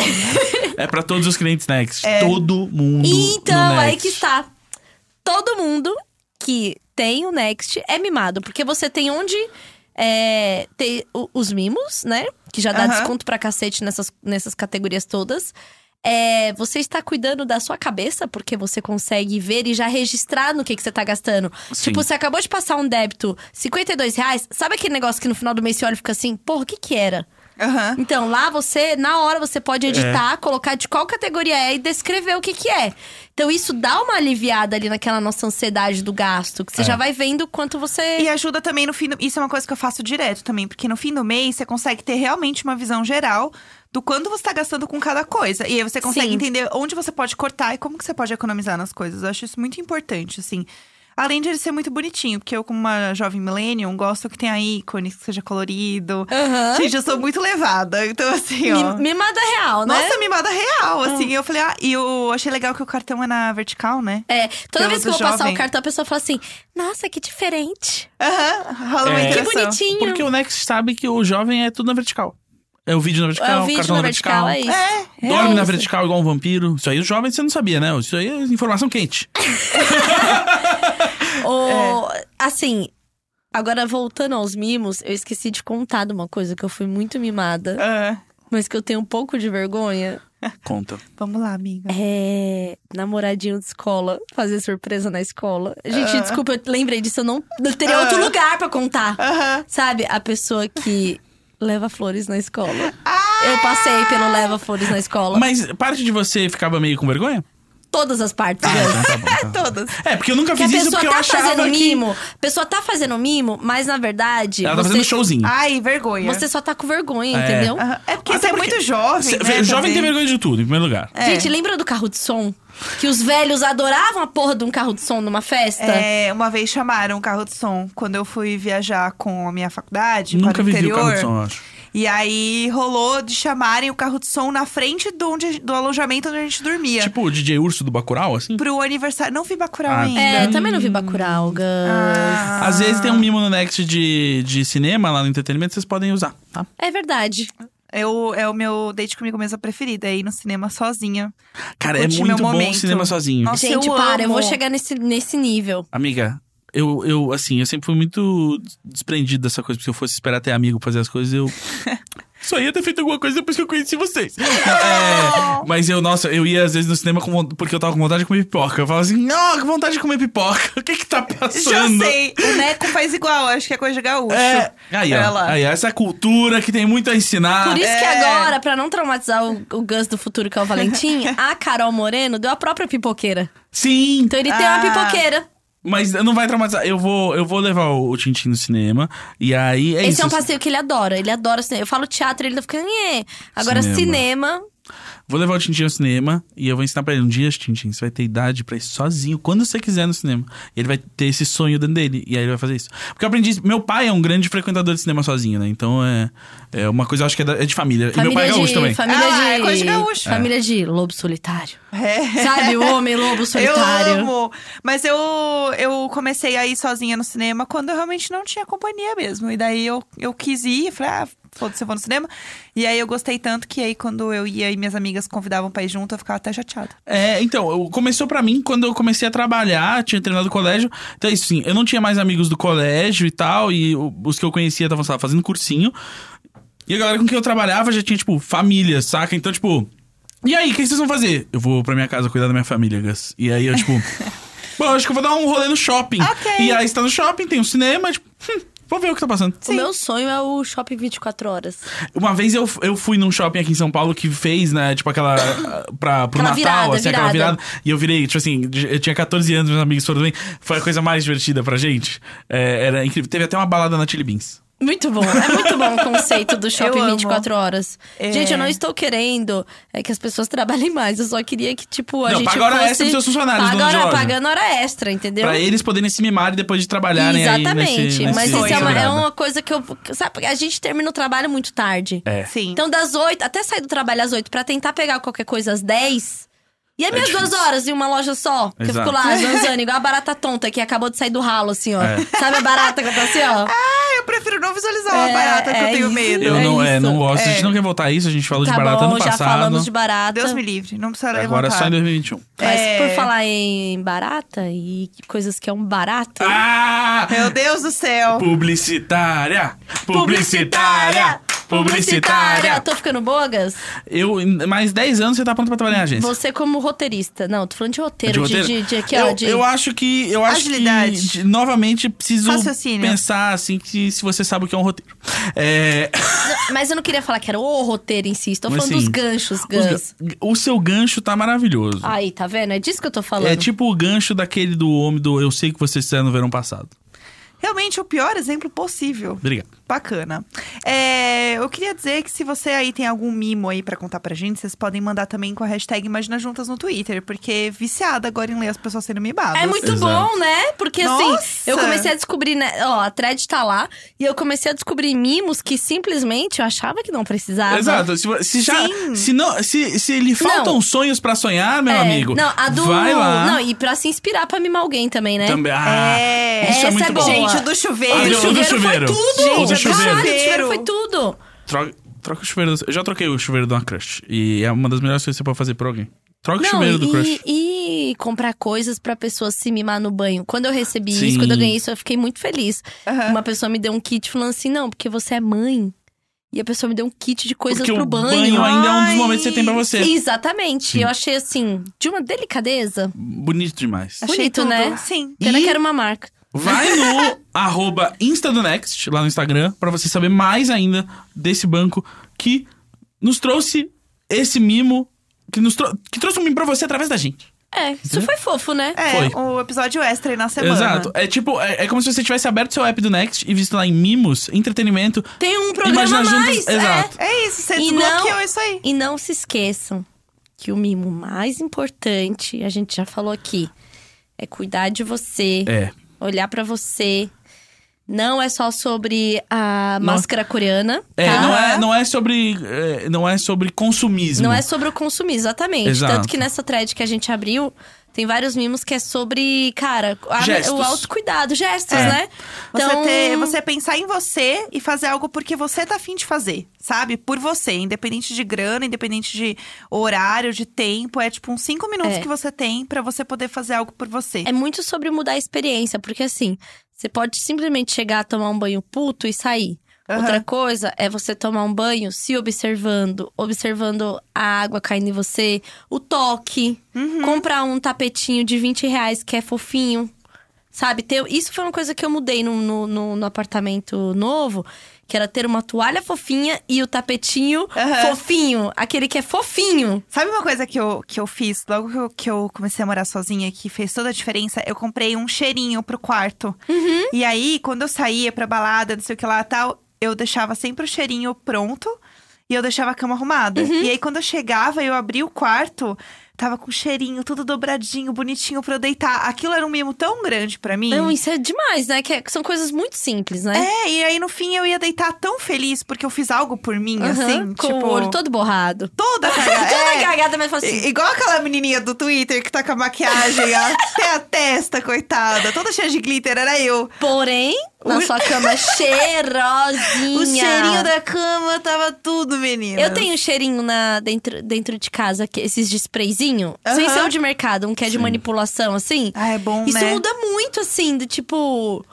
É pra todos os clientes Next. Todo mundo.
Então,
no
aí
Next.
que está. Todo mundo que tem o Next é mimado, porque você tem onde é, ter o- os mimos, né? Que já dá
Aham.
desconto pra cacete nessas, nessas categorias todas. É, você está cuidando da sua cabeça, porque você consegue ver e já registrar no que, que você tá gastando.
Sim.
Tipo, você acabou de passar um débito, 52 reais. Sabe aquele negócio que no final do mês você olha e fica assim, porra, o que que era?
Aham.
Então, lá você, na hora, você pode editar, colocar de qual categoria é e descrever o que, que é. Então, isso dá uma aliviada ali naquela nossa ansiedade do gasto, que você
É.
já vai vendo quanto você.
E ajuda também no fim do... Isso é uma coisa que eu faço direto também, porque no fim do mês você consegue ter realmente uma visão geral do quanto você tá gastando com cada coisa. E aí você consegue
Sim.
entender onde você pode cortar e como que você pode economizar nas coisas. Eu acho isso muito importante, assim. Além de ele ser muito bonitinho, porque eu, como uma jovem millennium, gosto que tenha ícones, que seja colorido.
Aham.
Gente, eu sou muito levada. Então, assim, ó.
Mi- Mimada real, né?
Nossa, mimada real, assim. Eu falei, ah, e eu achei legal que o cartão é na vertical, né?
É, toda
Pelo
vez que eu
do
vou passar
jovem.
o cartão, a pessoa fala assim: Nossa, que diferente.
Aham, rola uma
É.
Que
interação.
bonitinho.
Porque o Next sabe que o jovem é tudo na vertical. É o vídeo na vertical,
é o
o
vídeo
cartão
na vertical, é isso.
É,
É
Dorme na
isso.
vertical igual um vampiro. Isso aí, o jovem, você não sabia, né? Isso aí é informação quente.
Ou, Assim, agora voltando aos mimos, eu esqueci de contar de uma coisa que eu fui muito mimada,
Ah,
mas que eu tenho um pouco de vergonha.
Conta.
vamos lá, amiga.
É. Namoradinho de escola, fazer surpresa na escola. Gente,
Ah.
desculpa, eu lembrei disso, eu não eu teria outro
Ah.
lugar pra contar.
Ah.
Aham.
Sabe, a pessoa que leva flores na escola. Eu passei pelo leva flores na escola.
Ah. Mas parte de você ficava meio com vergonha?
Todas as partes, Gus.
Então tá bom, tá.
Todas.
É, porque eu nunca
Que a
fiz isso
pessoa
porque eu
tá
achava
fazendo
que...
mimo. A pessoa tá fazendo mimo, mas na verdade.
Ela tá
você,
fazendo showzinho.
Ai, vergonha.
você só tá com vergonha,
É.
entendeu?
Aham. Hum. É porque você
Até porque-
é muito jovem.
Cê-
né,
o jovem tem
também.
vergonha de tudo, em primeiro lugar.
É.
Gente, lembra do carro de som? Que os velhos adoravam a porra de um carro de som numa festa?
É, uma vez chamaram um carro de som quando eu fui viajar com a minha faculdade para
Nunca
o
vivi
tipo, interior.
o carro de som, eu acho.
E aí rolou de chamarem o carro de som na frente do, onde- do alojamento onde a gente dormia.
Tipo o DJ Urso do Bacurau, assim?
Pro aniversário. Não fui Bacurau
Ah,
ainda.
É, também não vi Bacurau, Gus.
Ah.
Às vezes tem um mimo no Next de, de cinema, lá no entretenimento, vocês podem usar, tá?
É verdade.
Eu, é o meu date comigo mesma preferido. É ir no cinema sozinha.
Cara,
Curti
é
meu
muito bom o
momento.
cinema sozinho.
Nossa,
Gente,
eu
para, eu
amo.
vou chegar nesse, nesse nível.
Amiga, eu, eu, assim, eu sempre fui muito desprendido dessa coisa, porque se eu fosse esperar até amigo fazer as coisas, eu. Só ia ter feito alguma coisa depois que eu conheci vocês. É, mas eu, nossa, eu ia às vezes no cinema com, von- porque eu tava com vontade de comer pipoca. Eu falava assim, não, que vontade de comer pipoca. O que que tá
Já
passando?
sei. O Neco faz igual, acho que é coisa de gaúcho.
É. Aí, ó,
Ela.
aí, essa cultura que tem muito a ensinar.
Por isso que
é.
agora, pra não traumatizar o, o Gus do futuro, que é o Valentim, a Carol Moreno deu a própria pipoqueira.
Sim,
Então ele tem uma
Ah.
pipoqueira.
mas não vai traumatizar. Eu vou, eu vou levar o, o Tintin no cinema. E aí é
Esse
isso.
é um passeio que ele adora. Ele adora cinema. Eu falo teatro, ele fica. "Nhê". Agora,
Cinema.
cinema.
Vou levar o Tintin ao cinema e eu vou ensinar pra ele um dia, Tintin, você vai ter idade pra ir sozinho quando você quiser no cinema. E ele vai ter esse sonho dentro dele. E aí ele vai fazer isso. Porque eu aprendi. isso. Meu pai é um grande frequentador de cinema sozinho, né? Então é, é uma coisa, eu acho que é, da- é de família. E meu pai é gaúcho também.
Família
Ah,
de,
é coisa de gaúcho.
Família de lobo solitário.
É.
Sabe, o homem lobo solitário.
Eu amo. Mas eu, eu comecei a ir sozinha no cinema quando eu realmente não tinha companhia mesmo. E daí eu, eu quis ir, falei, ah, foda-se, eu vou no cinema. E aí eu gostei tanto que aí quando eu ia e minhas amigas convidavam pra ir junto, eu ficava até chateada.
É, então, eu- começou pra mim quando eu comecei a trabalhar, tinha terminado o colégio. Então, é isso, assim, eu não tinha mais amigos do colégio e tal, e o- os que eu conhecia estavam, sei lá, fazendo cursinho. E a galera com quem eu trabalhava já tinha, tipo, família, saca? Então, tipo, e aí, o que vocês vão fazer? Eu vou pra minha casa cuidar da minha família, Gus. E aí eu, tipo, bom, acho que eu vou dar um rolê no shopping.
Ok.
E aí, você tá no shopping, tem um cinema, tipo, hum, vou ver o que tá passando.
O meu sonho é o shopping 24 horas.
Uma vez eu, eu fui num shopping aqui em São Paulo que fez, né, tipo aquela. Pra, pro
Aquela
Natal,
virada,
assim, aquela
virada.
virada. E eu virei, tipo assim, de- eu tinha 14 anos, meus amigos foram também. Foi a coisa mais divertida pra gente. É, era incrível. Teve até uma balada na Chili Beans.
Muito bom. É muito bom o conceito do shopping
Eu amo.
24 horas.
É.
Gente, eu não estou querendo é, que as pessoas trabalhem mais. Eu só queria que, tipo, a
Não,
gente.
paga hora
fosse...
extra pros seus funcionários,
Paga
dono de
hora,
loja.
pagando hora extra, entendeu?
Pra eles poderem se mimar e depois de trabalharem aí.
Exatamente.
nesse- nesse-
Mas isso é
nessa
uma, é
virada.
uma coisa que eu. Sabe, a gente termina o trabalho muito tarde.
É.
Sim.
Então, das 8 até sair do trabalho às 8 pra tentar pegar qualquer coisa às 10. E as minhas duas horas em uma loja só. Que eu
É Exato. É.
fico lá, zanzando, igual a barata tonta que acabou de sair do ralo, assim, ó. Sabe a barata que tá assim, ó?
Ah, eu prefiro não visualizar uma
É,
barata que
é
eu tenho
isso.
medo.
Eu
É
não, é,
isso.
não gosto. A
É.
gente não quer voltar a isso, a gente falou
tá
de barata
bom,
ano
já falamos
passado.
de barata.
Deus me livre, não precisa
Agora
levantar.
só em 2021.
Mas
É.
por falar em barata e coisas que é um barato.
Ah!
Meu Deus do céu.
Tipo, Publicitária! Publicitária! publicitária.
Tô ficando bogas?
Eu, em mais 10 anos você tá pronto pra trabalhar em agência.
Você como roteirista. Não, tô falando de roteiro.
De
De,
roteiro?
de- de aqui, ó.
eu,
de-
eu acho que. Eu acho
Agilidade.
que. de- novamente, preciso
Raciocínio.
pensar assim que se você sabe o que é um roteiro. É,
Mas eu não queria falar que era o roteiro em si. Estou
Mas
falando
assim,
dos ganchos,
os ga-
Gans.
o seu gancho tá maravilhoso.
Aí, tá vendo? É disso que eu tô falando.
É tipo o gancho daquele do homem do Eu sei que vocês fizeram no verão passado.
Realmente o pior exemplo possível.
Obrigado.
Bacana. É, eu queria dizer que se você aí tem algum mimo aí pra contar pra gente, vocês podem mandar também com a hashtag Imagina Juntas no Twitter, porque viciada agora em ler as pessoas sendo mimadas.
É muito
Exato.
bom, né? Porque assim,
Nossa!
eu comecei a descobrir, né? Ó, a thread tá lá. E eu comecei a descobrir mimos que simplesmente eu achava que não precisava.
Exato. Se, vo- se já.
Sim.
Se, não, se, se lhe faltam
Ah, Não.
sonhos pra sonhar, meu
É,
amigo.
Não, a do.
Vai lá.
Não, e pra se inspirar pra mimar alguém também, né?
Também. Ah,
É,
isso é
essa
muito
é
bom.
boa.
Gente, o do
Ah,
O
chuveiro.
do
Ou
chuveiro, foi tudo! Caralho,
do chuveiro. Ou do chuveiro.
o chuveiro foi tudo!
Troca, troca o chuveiro do, Eu já troquei o chuveiro de uma crush. E é uma das melhores coisas que você pode fazer pra alguém. Troca o
Não,
chuveiro do crush.
e, e comprar coisas pra pessoa se mimar no banho. Quando eu recebi
Sim.
isso, quando eu ganhei isso, eu fiquei muito feliz.
Aham.
é Uma pessoa me deu um kit falando assim: não, porque você é mãe. E a pessoa me deu um kit de coisas
Porque
pro
o banho ainda é um dos
Ai.
momentos que você tem pra você.
Exatamente. Eu achei assim, de uma delicadeza.
Bonito demais.
Achei
Bonito,
tudo.
né?
Sim.
Pena
E-
que era uma marca.
Vai no arroba Insta do Next, lá no Instagram, pra você saber mais ainda desse banco que nos trouxe esse mimo, que, nos trou- que trouxe um mimo pra você através da gente.
É, isso foi fofo, né?
É,
Foi.
o episódio extra aí na
Tá
semana.
Exato. É tipo, é, é como se você tivesse aberto seu app do Next e visto lá em mimos, entretenimento.
Tem um programa
Imagina
a mais.
juntas.
é.
Exato.
É isso, você
E
desbloqueou
não-
isso aí.
E não se esqueçam que o mimo mais importante, a gente já falou aqui, é cuidar de você,
É.
olhar pra você. Não é só sobre a
Não.
máscara coreana,
É,
tá?
não, é, não é sobre. é, não é sobre consumismo.
Não é sobre o consumir, exatamente.
Exato.
Tanto que nessa thread que a gente abriu, tem vários mimos que é sobre, cara, a-
Gestos.
o autocuidado, gestos,
É.
né?
Você, ter- você pensar em você e fazer algo porque você tá afim de fazer, sabe? Por você, independente de grana, independente de horário, de tempo. É tipo uns cinco minutos
É.
que você tem pra você poder fazer algo por você.
É muito sobre mudar a experiência, porque assim, você pode simplesmente chegar, tomar um banho puto e sair.
Aham.
Outra coisa é você tomar um banho se observando, observando a água caindo em você, o toque,
Uhum.
comprar um tapetinho de 20 reais que é fofinho. Sabe, ter, isso foi uma coisa que eu mudei no, no, no- no apartamento novo, que era ter uma toalha fofinha e o tapetinho
Aham.
fofinho. Aquele que é fofinho.
Sabe uma coisa que eu, que eu fiz logo que eu, que eu comecei a morar sozinha que fez toda a diferença? Eu comprei um cheirinho pro quarto.
Uhum.
E aí, quando eu saía pra balada, não sei o que lá tal, eu deixava sempre o cheirinho pronto e eu deixava a cama arrumada.
Uhum.
E aí, quando eu chegava, eu abria o quarto, tava com o cheirinho tudo dobradinho, bonitinho pra eu deitar. Aquilo era um mimo tão grande pra mim.
Não, isso é demais, né? Que é- que são coisas muito simples, né?
É, e aí no fim eu ia deitar tão feliz porque eu fiz algo por mim,
Aham,
assim,
com
tipo.
o olho todo borrado.
Toda cagada.
Toda
é.
cagada, mas fala assim.
I- Igual aquela menininha do Twitter que tá com a maquiagem até a testa, coitada. Toda cheia de glitter, era eu.
Porém, na
O-
sua cama cheirosinha.
O cheirinho da cama tava tudo, menina.
Eu tenho um cheirinho na, dentro, dentro de casa, que, esses de sprayzinho. Sem
Aham.
ser o de mercado, um que é de manipulação, assim.
Ah, é bom,
Isso
né?
muda muito, assim, do tipo.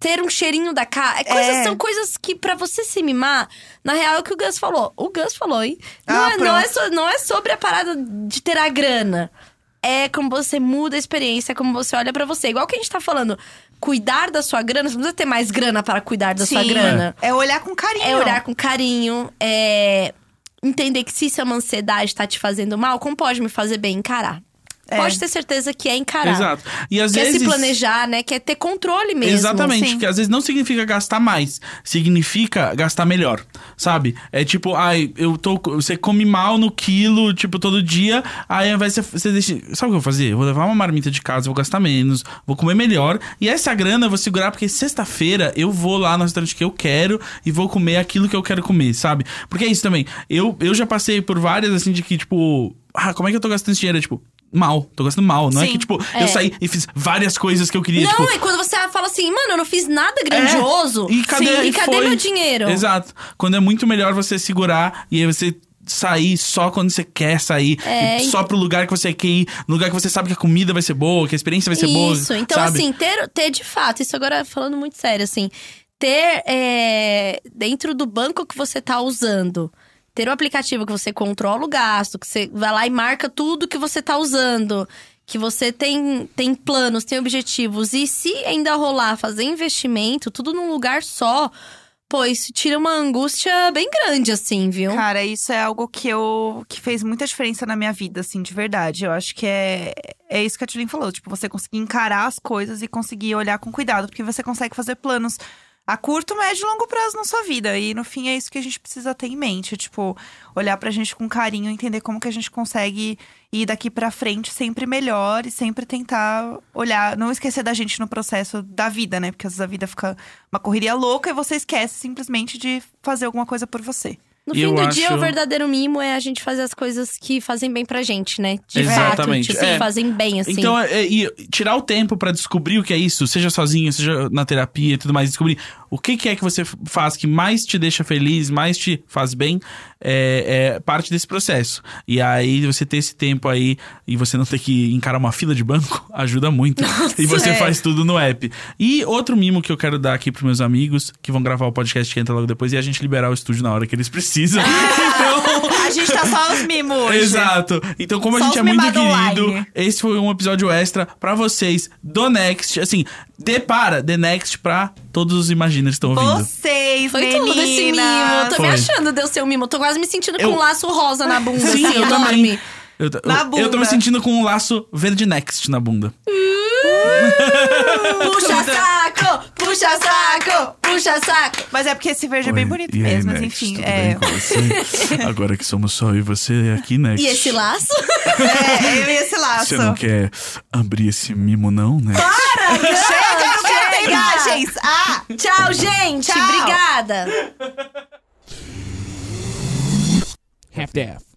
Ter um cheirinho da cara. É coisas-
É.
São coisas que, pra você se mimar, na real é o que o Gus falou. O Gus falou, hein? Não,
Ah,
é, não, é,
pronto.
so- não é sobre a parada de ter a grana. É como você muda a experiência, como você olha pra você. Igual que a gente tá falando, cuidar da sua grana, você não precisa ter mais grana para cuidar da sua
Sim.
grana.
É olhar com carinho.
É olhar com carinho, é entender que se isso é uma ansiedade tá te fazendo mal, como pode me fazer bem? Encarar.
É.
Pode ter certeza que é encarar.
Exato. E às
Quer
vezes.
se planejar, né? Quer ter controle mesmo.
Exatamente,
sim.
que é às vezes não significa gastar mais, significa gastar melhor, sabe? É tipo, ai, eu tô. Você come mal no quilo, tipo, todo dia, aí ao invés de você, você deixa. Sabe o que eu vou fazer? Eu vou levar uma marmita de casa, vou gastar menos, vou comer melhor, e essa grana eu vou segurar, porque sexta-feira eu vou lá no restaurante que eu quero e vou comer aquilo que eu quero comer, sabe? Porque é isso também. Eu, eu já passei por várias assim de que, tipo, ah, como é que eu tô gastando esse dinheiro? É, Tipo, mal, tô gastando mal. Não é
Sim,
que, tipo,
é.
eu saí e fiz várias coisas que eu queria,
Não,
tipo, É,
é quando você fala assim, mano, eu não fiz nada grandioso.
e cadê,
Sim,
e
e cadê
foi?
meu dinheiro?
Exato. Quando é muito melhor você segurar e aí você sair só quando você quer sair.
É,
e só pro lugar que você quer ir. No lugar que você sabe que a comida vai ser boa, que a experiência vai ser boa.
Isso, então
sabe?
assim, ter, ter de fato, isso agora falando muito sério, assim, ter é, dentro do banco que você tá usando, ter o aplicativo que você controla o gasto, que você vai lá e marca tudo que você tá usando, que você tem, tem planos, tem objetivos. E se ainda rolar fazer investimento, tudo num lugar só, pô, isso tira uma angústia bem grande, assim, viu?
Cara, isso é algo que eu que fez muita diferença na minha vida, assim, de verdade. Eu acho que é, é isso que a Tulin falou. Tipo, você conseguir encarar as coisas e conseguir olhar com cuidado, porque você consegue fazer planos a curto, médio e longo prazo na sua vida. E no fim é isso que a gente precisa ter em mente. Tipo, olhar pra gente com carinho, entender como que a gente consegue ir daqui pra frente sempre melhor e sempre tentar olhar, não esquecer da gente no processo da vida, né? Porque às vezes a vida fica uma correria louca e você esquece simplesmente de fazer alguma coisa por você.
No
Eu
fim do dia,
acho-
o verdadeiro mimo é a gente fazer as coisas que fazem bem pra gente, né? De
Exatamente.
fato, tipo,
É.
fazem bem, assim.
Então, é- é- e tirar o tempo pra descobrir o que é isso, seja sozinho, seja na terapia e tudo mais, descobrir o que, que é que você f- faz que mais te deixa feliz, mais te faz bem, é, é parte desse processo. E aí, você ter esse tempo aí e você não ter que encarar uma fila de banco, ajuda muito. e você
é.
faz tudo no app. E outro mimo que eu quero dar aqui pros meus amigos, que vão gravar o podcast que entra logo depois, e a gente liberar o estúdio na hora que eles precisam.
Ah,
então.
A gente tá só os mimos hoje.
Exato. Então, como a
Só
gente é
os
muito
mimado
querido,
online.
esse foi um episódio extra pra vocês do Next. Assim, dê para, The Next pra todos os Imaginers que estão ouvindo.
Vocês,
Foi
meninas.
tudo esse mimo. Eu tô
Foi.
me achando de eu ser um mimo. Eu Tô quase me sentindo
Eu-
com um laço rosa na bunda,
Sim,
assim,
eu
enorme.
também. Eu, tô-
Na
eu- eu tô me
bunda.
sentindo com um laço verde Next na bunda.
Puxa saco! Puxa saco! Puxa saco!
Mas é porque esse verde é bem
Oi,
bonito
e aí,
mesmo, mas
Next,
enfim.
tudo
É,
bem com você? Agora que somos só eu e você aqui, Next.
E esse laço?
é, eu e esse laço.
Você não quer abrir esse mimo, não, né?
Chega, eu não quero ter
Chega!
imagens! Ah!
Tchau, gente!
Tchau.
Obrigada!
half-daff.